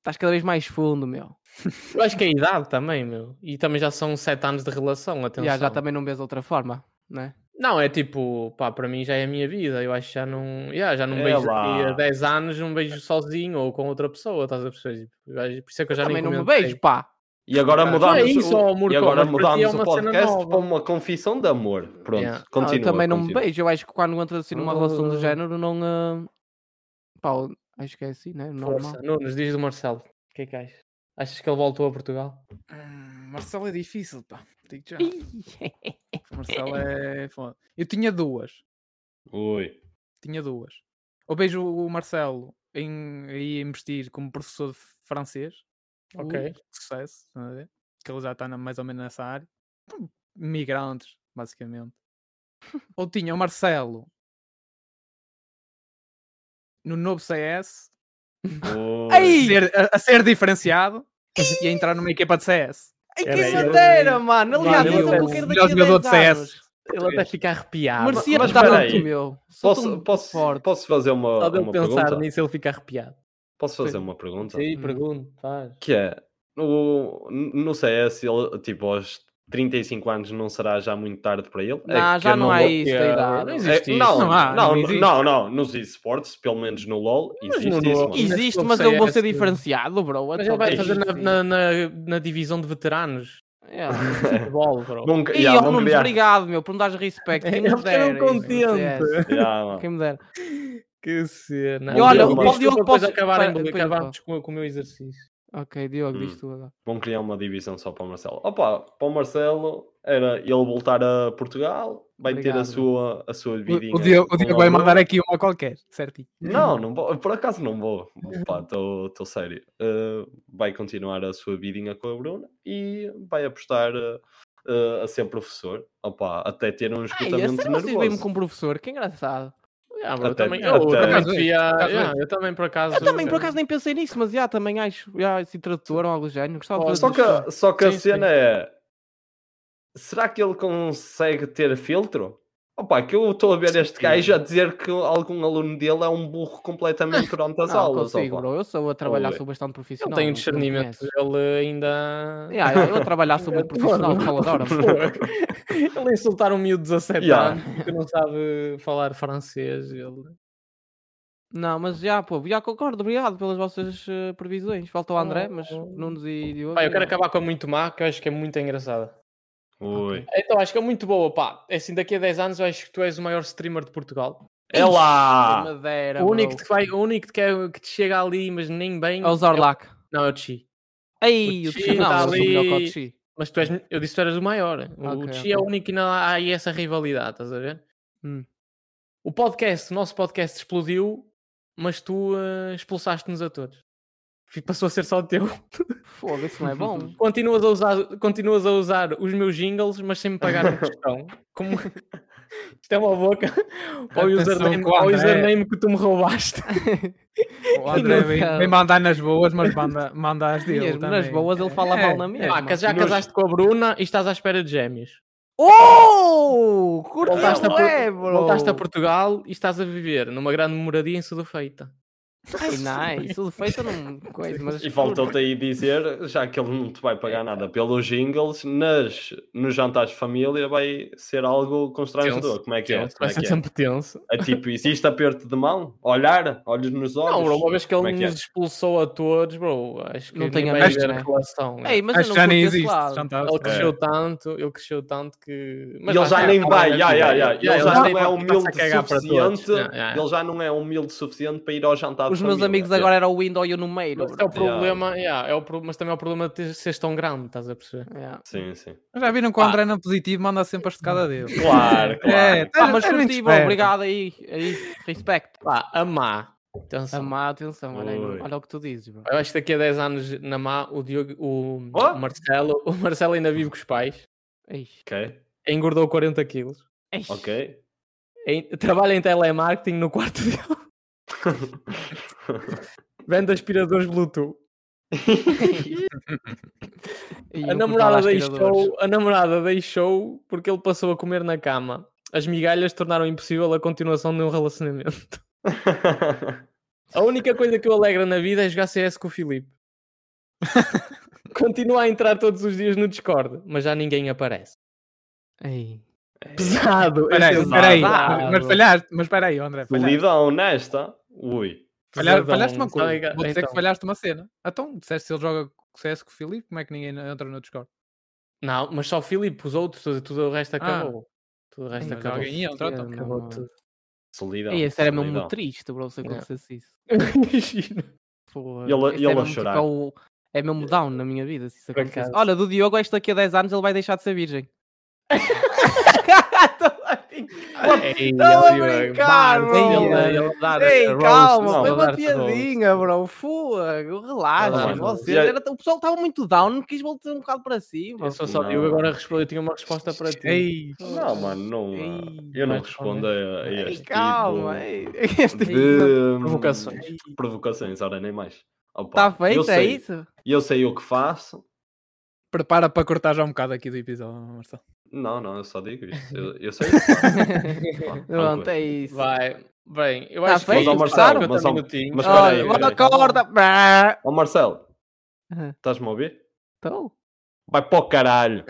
Speaker 2: Estás cada vez mais fundo, meu.
Speaker 3: Eu acho que é a idade também, meu. E também já são 7 anos de relação, atenção.
Speaker 2: Já, tá- já também não vês outra forma, né?
Speaker 3: Não, é tipo, pá, para mim já é a minha vida. Eu acho que já não. Yeah, já não
Speaker 4: É
Speaker 3: vejo
Speaker 4: lá.
Speaker 3: aqui há 10 anos, não vejo sozinho ou com outra pessoa, estás a perceber? Eu acho- Por isso é que eu já
Speaker 2: Também
Speaker 3: nem
Speaker 2: não me
Speaker 3: comentei.
Speaker 2: vejo, pá.
Speaker 4: E agora
Speaker 3: Não é
Speaker 4: mudámos
Speaker 3: isso, ó,
Speaker 4: o,
Speaker 3: amor,
Speaker 4: e agora
Speaker 3: mas para ti é
Speaker 4: mudámos o
Speaker 3: uma cena
Speaker 4: podcast
Speaker 3: nova.
Speaker 4: para uma confissão de amor. Pronto,
Speaker 3: Yeah.
Speaker 2: Não, eu
Speaker 4: continua.
Speaker 2: também não
Speaker 4: continua.
Speaker 2: me beijo. Eu acho que quando entras assim numa relação do
Speaker 3: Ah.
Speaker 2: género, não. ah, Pá, eu acho que é assim, né? Normal.
Speaker 3: Força, Nunes, diz do Marcelo. O que é que achas? Achas que ele voltou a Portugal?
Speaker 5: Hum, Marcelo é difícil, pá. Digo já.
Speaker 2: Ih,
Speaker 5: Marcelo é foda. Eu tinha duas.
Speaker 4: Ui.
Speaker 5: Tinha duas. Ou vejo o Marcelo em, aí a investir como professor de francês.
Speaker 3: Ok.
Speaker 5: Ui, sucesso, estão a ver? Que ele já está na- mais ou menos nessa área. Hum, Migrantes, basicamente. Ou tinha o Marcelo no novo CS
Speaker 4: Ui.
Speaker 5: a
Speaker 2: Ai,
Speaker 5: ser, a- a ser diferenciado e a entrar numa equipa de CS.
Speaker 2: ai,
Speaker 3: Era
Speaker 2: que
Speaker 3: isso.
Speaker 2: madeira, mano! Aliás,
Speaker 3: Mano,
Speaker 2: isso é o que eu
Speaker 3: ele
Speaker 2: quero
Speaker 5: o
Speaker 2: daqui a
Speaker 5: melhor jogador de
Speaker 2: 10
Speaker 5: CS.
Speaker 2: anos.
Speaker 3: Ele até fica arrepiado.
Speaker 2: Merecia
Speaker 4: mas
Speaker 2: tanto,
Speaker 4: peraí.
Speaker 2: meu. Sou
Speaker 4: Posso,
Speaker 2: tão
Speaker 4: posso,
Speaker 2: forte.
Speaker 4: posso fazer uma,
Speaker 3: Só de
Speaker 4: uma
Speaker 3: ele pensar
Speaker 4: pergunta?
Speaker 3: nisso, ele fica arrepiado.
Speaker 4: Posso fazer uma pergunta?
Speaker 3: Sim,
Speaker 2: Hum.
Speaker 3: pergunto, faz.
Speaker 4: Que é, no, no CS, ele, tipo, aos 35 anos não será já muito tarde para ele? É
Speaker 2: Não,
Speaker 4: que
Speaker 2: já
Speaker 4: eu
Speaker 2: não há
Speaker 4: vou-
Speaker 2: isso da
Speaker 3: Yeah,
Speaker 2: idade.
Speaker 3: não
Speaker 4: É,
Speaker 3: existe. isso.
Speaker 4: não,
Speaker 5: Não há,
Speaker 4: não,
Speaker 5: não
Speaker 4: não,
Speaker 5: existe.
Speaker 4: não, nos esportes, pelo menos no LoL,
Speaker 3: Mas
Speaker 4: existe
Speaker 3: no
Speaker 4: isso.
Speaker 3: LoL-
Speaker 4: mano.
Speaker 3: Isso.
Speaker 2: Existe,
Speaker 3: Não
Speaker 2: mas
Speaker 3: sei,
Speaker 2: eu vou
Speaker 3: é
Speaker 2: ser
Speaker 3: assim.
Speaker 2: diferenciado, bro.
Speaker 3: Mas ele vai
Speaker 4: Sim,
Speaker 3: fazer na, na, na, na divisão de veteranos de futebol, bro.
Speaker 4: Nunca-
Speaker 2: E
Speaker 4: yeah,
Speaker 2: ó,
Speaker 4: não
Speaker 2: Nunes,
Speaker 4: criar-
Speaker 2: obrigado, meu, por me dares respeito. Quem me
Speaker 3: Eu fiquei
Speaker 2: dera.
Speaker 3: mesmo
Speaker 2: isso,
Speaker 3: contente.
Speaker 2: yes.
Speaker 4: Yeah, mano.
Speaker 2: Quem me dera.
Speaker 3: Que cena.
Speaker 4: E olha,
Speaker 3: Diogo,
Speaker 4: o
Speaker 3: diz
Speaker 4: Paulo
Speaker 3: tu
Speaker 2: Diogo
Speaker 3: para depois
Speaker 2: posso-
Speaker 3: acabar
Speaker 2: para-
Speaker 3: em-
Speaker 2: depois eu
Speaker 3: acabarmos com, com o meu exercício.
Speaker 2: Ok, Diogo, diz
Speaker 4: Hum.
Speaker 2: tu agora.
Speaker 4: Vão criar uma divisão só para o Marcelo. Opa, para o Marcelo era ele voltar a Portugal, vai ter a
Speaker 5: Obrigado.
Speaker 4: sua, a sua vidinha.
Speaker 5: O, o Diogo, o
Speaker 4: com
Speaker 5: Diogo vai
Speaker 4: amor.
Speaker 5: mandar aqui uma qualquer, certinho.
Speaker 4: Não, não vou, por acaso não vou.
Speaker 2: Uhum.
Speaker 4: Estou sério. Uh, vai continuar a sua vidinha com a Bruna e vai apostar uh, uh, a ser professor. Opa, até ter
Speaker 2: Ai,
Speaker 4: um
Speaker 2: a
Speaker 4: esgotamento
Speaker 2: sério, vocês veem-me
Speaker 4: nervoso.
Speaker 2: como professor, que engraçado.
Speaker 3: Ah, bro, eu
Speaker 4: Até-
Speaker 3: também, eu, eu
Speaker 4: até-
Speaker 3: também
Speaker 5: Acaso é,
Speaker 3: devia-
Speaker 5: acaso é.
Speaker 3: yeah, eu também, por acaso.
Speaker 2: Eu também, por acaso, nem pensei nisso, mas já, também acho, já, esse tradutor ou algo do género, gostava de
Speaker 3: Oh,
Speaker 2: fazer
Speaker 4: Só que, a- só que a
Speaker 3: Sim, sim.
Speaker 4: cena é. Será que ele consegue ter filtro? Opa, que eu estou a ver este gajo a dizer que algum aluno dele é um burro completamente durante as
Speaker 2: Não,
Speaker 4: aulas.
Speaker 2: consigo,
Speaker 4: opa.
Speaker 2: bro. Eu sou a trabalhar,
Speaker 4: Olha.
Speaker 2: sou bastante profissional.
Speaker 3: Ele tem um
Speaker 2: tu não é assim. me
Speaker 3: discernimento.
Speaker 2: conheces.
Speaker 3: Ele ainda.
Speaker 2: Yeah, yeah, eu a trabalhar sou muito profissional,
Speaker 3: Mano,
Speaker 2: fala de hora.
Speaker 3: pô, ele insultar um miúdo de 17
Speaker 4: Yeah.
Speaker 3: anos que não sabe falar francês. Ele...
Speaker 2: Não, mas já, pô, já concordo, obrigado pelas vossas eh, previsões. Falta o André, mas Nunes e Diogo.
Speaker 3: Pá, eu quero
Speaker 2: não.
Speaker 3: acabar com a muito má, que eu acho que é muito engraçada.
Speaker 4: Ui.
Speaker 3: Então, acho que é muito boa, pá. É Assim, daqui a 10 anos eu acho que tu és o maior streamer de Portugal.
Speaker 4: É
Speaker 2: Que
Speaker 4: lá!
Speaker 2: Madeira,
Speaker 3: o único,
Speaker 2: bro.
Speaker 3: que te vai, o único que, quer, que te chega ali, mas nem bem.
Speaker 2: É o Zorlac.
Speaker 3: É o- Não, é o Chi.
Speaker 2: Ei,
Speaker 3: O
Speaker 2: o
Speaker 3: Chi
Speaker 2: Tchi, não,
Speaker 3: tá
Speaker 2: eu sou melhor que o
Speaker 3: ali.
Speaker 2: Tchi.
Speaker 3: Mas tu és, eu disse que tu eras o maior. O
Speaker 2: Ok,
Speaker 3: Chi
Speaker 2: ok.
Speaker 3: é o único que não há aí essa rivalidade, estás a ver?
Speaker 2: Hum.
Speaker 3: O podcast, o nosso podcast explodiu, mas tu eh, expulsaste-nos a todos. Fi- Passou a ser só teu.
Speaker 2: Foda-se, não é bom.
Speaker 3: Continuas a usar, continuas a usar os meus jingles, mas sem me pagar um questão. Como... Isto é uma boca. Olha o
Speaker 5: Atenção
Speaker 3: username,
Speaker 5: com o
Speaker 3: ao
Speaker 5: André.
Speaker 3: username que tu me roubaste.
Speaker 5: O André vem,
Speaker 2: Nunca.
Speaker 5: vem mandar nas boas, mas manda, manda as dele.
Speaker 2: Mesmo,
Speaker 5: também. É,
Speaker 2: nas boas ele fala mal na minha.
Speaker 3: Ah, que já
Speaker 4: É, Nos-
Speaker 3: casaste com a Bruna e estás à espera de gêmeos.
Speaker 2: Oh! Curti
Speaker 3: Voltaste a, Por-
Speaker 2: é,
Speaker 4: Oh.
Speaker 2: bro.
Speaker 3: voltaste a Portugal e estás a viver numa grande moradia em Sudafeita.
Speaker 2: Ai, nice. Tudo feito num coisa, mas...
Speaker 4: E faltou-te aí dizer, já que ele não te vai pagar nada pelos jingles, nas, nos jantares de família vai ser algo constrangedor.
Speaker 3: Tenso,
Speaker 4: Como é que é?
Speaker 3: Tenso, Vai
Speaker 4: Como é,
Speaker 3: ser
Speaker 4: que é?
Speaker 3: sempre tenso.
Speaker 4: É tipo, existe aperto de mão? Olhar? Olhos nos olhos?
Speaker 3: Não, bro, uma vez que
Speaker 4: Como
Speaker 3: ele
Speaker 4: é que é?
Speaker 3: nos expulsou a todos, bro, acho que
Speaker 2: Não
Speaker 3: não
Speaker 2: tem
Speaker 3: tem
Speaker 2: a
Speaker 3: a
Speaker 5: mais,
Speaker 3: haver
Speaker 2: né?
Speaker 3: relação.
Speaker 2: Ei, mas
Speaker 5: Acho
Speaker 2: eu
Speaker 5: que
Speaker 2: não
Speaker 5: já nem
Speaker 2: curto esse
Speaker 5: existe.
Speaker 2: lado.
Speaker 5: Já não tá-
Speaker 3: Ele
Speaker 5: é.
Speaker 3: cresceu tanto, ele cresceu tanto que.
Speaker 4: e ele
Speaker 3: lá
Speaker 4: já
Speaker 3: está,
Speaker 4: nem
Speaker 3: fala
Speaker 4: vai,
Speaker 3: na
Speaker 4: já, já,
Speaker 3: primeira.
Speaker 4: já.
Speaker 3: Já,
Speaker 4: Ele já
Speaker 3: nem
Speaker 4: não é
Speaker 3: vai,
Speaker 4: humilde
Speaker 3: está-se a cagar para todos.
Speaker 4: suficiente.
Speaker 3: Já, já.
Speaker 4: Ele já não é humilde suficiente para ir ao jantar de
Speaker 2: Os meus
Speaker 4: família.
Speaker 2: amigos
Speaker 4: É.
Speaker 2: agora eram o Windows e eu no meio.
Speaker 3: Mas
Speaker 2: bro.
Speaker 3: este é o problema, yeah, é o pro- mas também é o problema de ter- seres tão grande, estás a perceber?
Speaker 2: Yeah.
Speaker 4: Sim, sim.
Speaker 5: Já viram que o André não positivo manda sempre a estocada dele.
Speaker 4: Claro, claro.
Speaker 5: É,
Speaker 2: Ah, mas
Speaker 5: é muito
Speaker 2: curti, bro,
Speaker 5: esperto.
Speaker 2: obrigado aí. aí. Respect.
Speaker 3: Pá, a má. Atenção.
Speaker 2: A má atenção, olha, aí,
Speaker 4: Oi.
Speaker 2: olha o que tu dizes, bro.
Speaker 3: Eu acho que daqui a 10 anos na má, o Diogo, o,
Speaker 4: Oh?
Speaker 3: o Marcelo, o Marcelo ainda vive com os pais,
Speaker 2: Ei,
Speaker 4: Ok,
Speaker 3: engordou 40 quilos,
Speaker 2: ei.
Speaker 4: ok.
Speaker 3: em- trabalha em telemarketing no quarto dele, vende aspiradores Bluetooth.
Speaker 2: Ei, eu
Speaker 3: A
Speaker 2: curto
Speaker 3: namorada,
Speaker 2: nada aspiradores.
Speaker 3: deixou, a namorada deixou porque ele passou a comer na cama. As migalhas tornaram impossível a continuação de um relacionamento. A única coisa que o alegra na vida é jogar CS com o Filipe. Continua a entrar todos os dias no Discord, mas já ninguém aparece.
Speaker 2: Ei.
Speaker 3: Pesado!
Speaker 5: Espera aí,
Speaker 3: este é
Speaker 5: espera aí.
Speaker 3: pesado.
Speaker 5: Mas falhaste, mas espera aí, André.
Speaker 2: é.
Speaker 5: Falhaste,
Speaker 4: Solidão nesta. Ui.
Speaker 5: falhaste,
Speaker 3: Pesadão,
Speaker 5: falhaste uma coisa.
Speaker 3: sabe que-
Speaker 5: Vou dizer
Speaker 3: então.
Speaker 5: que falhaste uma cena. Então, disseste se ele joga CS com o Filipe, como é que ninguém entra no Discord?
Speaker 3: Não, mas só o Filipe, os outros, tudo, tudo o resto acabou. Tudo o resto
Speaker 5: Ah.
Speaker 2: Ai,
Speaker 5: Mas
Speaker 3: acabou.
Speaker 5: alguém entra, então.
Speaker 2: Não,
Speaker 3: Acabou
Speaker 2: não.
Speaker 3: tudo.
Speaker 4: Solidão.
Speaker 2: Ei, esse era mesmo
Speaker 4: solidão.
Speaker 2: muito triste, bro, se
Speaker 3: Yeah.
Speaker 2: acontecesse isso.
Speaker 3: Imagina.
Speaker 2: Pô,
Speaker 4: Ele-
Speaker 2: esse
Speaker 4: ele
Speaker 2: é
Speaker 4: a
Speaker 2: mesmo,
Speaker 4: chorar.
Speaker 2: tipo, é o- é mesmo down na minha vida, se isso
Speaker 3: Por
Speaker 2: acontecesse.
Speaker 3: acaso.
Speaker 2: Olha, do Diogo, este daqui a 10 anos ele vai deixar de ser virgem.
Speaker 3: Ei,
Speaker 2: Estava a
Speaker 3: Diogo,
Speaker 2: brincar,
Speaker 3: Bart,
Speaker 2: bro.
Speaker 3: Ele, ele dar,
Speaker 2: Ei,
Speaker 3: roast,
Speaker 2: calma,
Speaker 4: não,
Speaker 2: foi
Speaker 3: ele
Speaker 2: uma
Speaker 3: dar-te roast.
Speaker 2: piadinha, bro. Fogo, relaxa.
Speaker 4: Relaxa.
Speaker 2: vocês,
Speaker 4: Já-
Speaker 2: era- o pessoal estava muito down, quis voltar um bocado para cima.
Speaker 3: Eu sou só
Speaker 4: Não.
Speaker 3: Diogo, agora respondo, eu tinha uma resposta para ti.
Speaker 5: Ei,
Speaker 4: Não, mano, não. ah,
Speaker 5: Ei,
Speaker 4: eu não
Speaker 3: mas
Speaker 4: respondo a, a
Speaker 2: Ei,
Speaker 4: este
Speaker 2: calma.
Speaker 4: tipo
Speaker 2: ei, este-
Speaker 4: de
Speaker 3: Provocações.
Speaker 4: Provocações, ora nem mais. Opa,
Speaker 2: Está
Speaker 4: eu
Speaker 2: feito, é
Speaker 4: sei,
Speaker 2: isso?
Speaker 4: Eu sei o que faço.
Speaker 5: prepara para cortar já um bocado aqui do episódio, Marcelo.
Speaker 4: Não, não, eu só digo isto. Eu, eu sei o que faço.
Speaker 2: Pronto, é isso.
Speaker 3: Vai, bem, eu
Speaker 2: Tá
Speaker 3: acho
Speaker 2: feito,
Speaker 3: que
Speaker 2: Mas, ó,
Speaker 4: Marcelo,
Speaker 3: 50
Speaker 4: mas, ó,
Speaker 3: minutinhos.
Speaker 4: mas espera
Speaker 2: Olha,
Speaker 4: aí,
Speaker 2: bota a
Speaker 4: espera
Speaker 2: corda. brá.
Speaker 4: Ó Marcelo,
Speaker 2: Ah.
Speaker 4: estás-me a ouvir?
Speaker 2: Então.
Speaker 4: Vai para o caralho.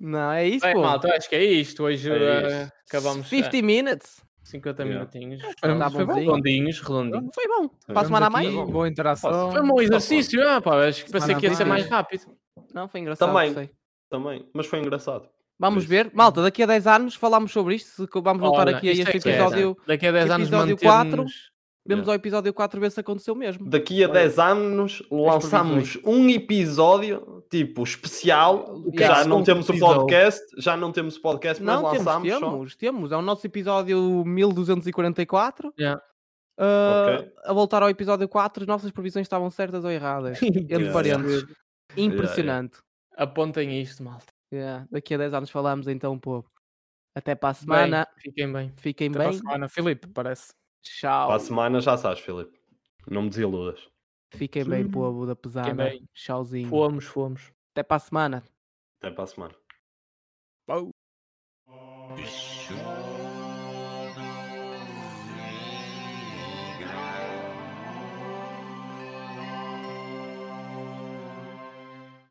Speaker 2: Não, é isso,
Speaker 3: Bem,
Speaker 2: pô.
Speaker 3: malta, eu acho que é isto. Hoje
Speaker 4: É
Speaker 3: eh,
Speaker 4: isto.
Speaker 3: acabamos
Speaker 2: 50 minutes.
Speaker 3: 50
Speaker 4: Yeah.
Speaker 3: minutinhos.
Speaker 5: Foi,
Speaker 2: Tá
Speaker 5: foi bom.
Speaker 2: bonzinho.
Speaker 3: Redondinhos, redondinhos.
Speaker 2: Foi bom. Para a
Speaker 5: Tivemos
Speaker 2: semana a
Speaker 5: aqui
Speaker 2: mais?
Speaker 5: Boa interação.
Speaker 3: Foi um bom exercício, ah, pá, acho que pensei
Speaker 5: Semana
Speaker 3: que ia ser
Speaker 5: vai.
Speaker 3: mais rápido.
Speaker 2: Não, foi engraçado.
Speaker 4: Também.
Speaker 2: gostei.
Speaker 4: Também, mas foi engraçado.
Speaker 2: Vamos
Speaker 4: Isso.
Speaker 2: ver. Malta, daqui a 10 anos falamos sobre isto. se co- Vamos voltar
Speaker 3: Olha,
Speaker 2: aqui a
Speaker 3: isto é
Speaker 2: este
Speaker 3: que era.
Speaker 2: episódio.
Speaker 3: Daqui a 10 anos
Speaker 2: episódio
Speaker 3: mantermos...
Speaker 2: quatro. Vemos
Speaker 4: Yeah.
Speaker 2: ao episódio 4 ver se aconteceu mesmo.
Speaker 4: Daqui a 10 anos lançamos um episódio tipo especial. Que
Speaker 2: Yeah,
Speaker 4: já não
Speaker 3: com
Speaker 4: temos o
Speaker 3: teaser.
Speaker 4: podcast, já não temos o podcast, mas
Speaker 2: Um Não, temos,
Speaker 4: lançamos. só.
Speaker 2: temos, temos. É o nosso episódio 1244.
Speaker 3: Yeah.
Speaker 2: Ah,
Speaker 4: Ok.
Speaker 2: A voltar ao episódio 4, as nossas previsões estavam certas ou erradas. Entre
Speaker 4: Yeah,
Speaker 2: parênteses. Impressionante.
Speaker 3: Apontem isto, malta.
Speaker 2: Yeah, Daqui a 10 anos falamos então um pouco. Até para a
Speaker 3: Bem,
Speaker 2: semana.
Speaker 3: Fiquem bem.
Speaker 2: Fiquem
Speaker 5: Até para a
Speaker 2: bem.
Speaker 5: semana, Filipe, parece.
Speaker 2: Tchau.
Speaker 4: Para a semana já sabes, Filipe. Não me desiludas.
Speaker 2: Fiquem bem, povo da pesada.
Speaker 5: bem.
Speaker 2: Tchauzinho.
Speaker 3: Fomos, fomos.
Speaker 2: Até para a semana.
Speaker 4: Até para a semana.
Speaker 5: Pau.
Speaker 1: Bicho.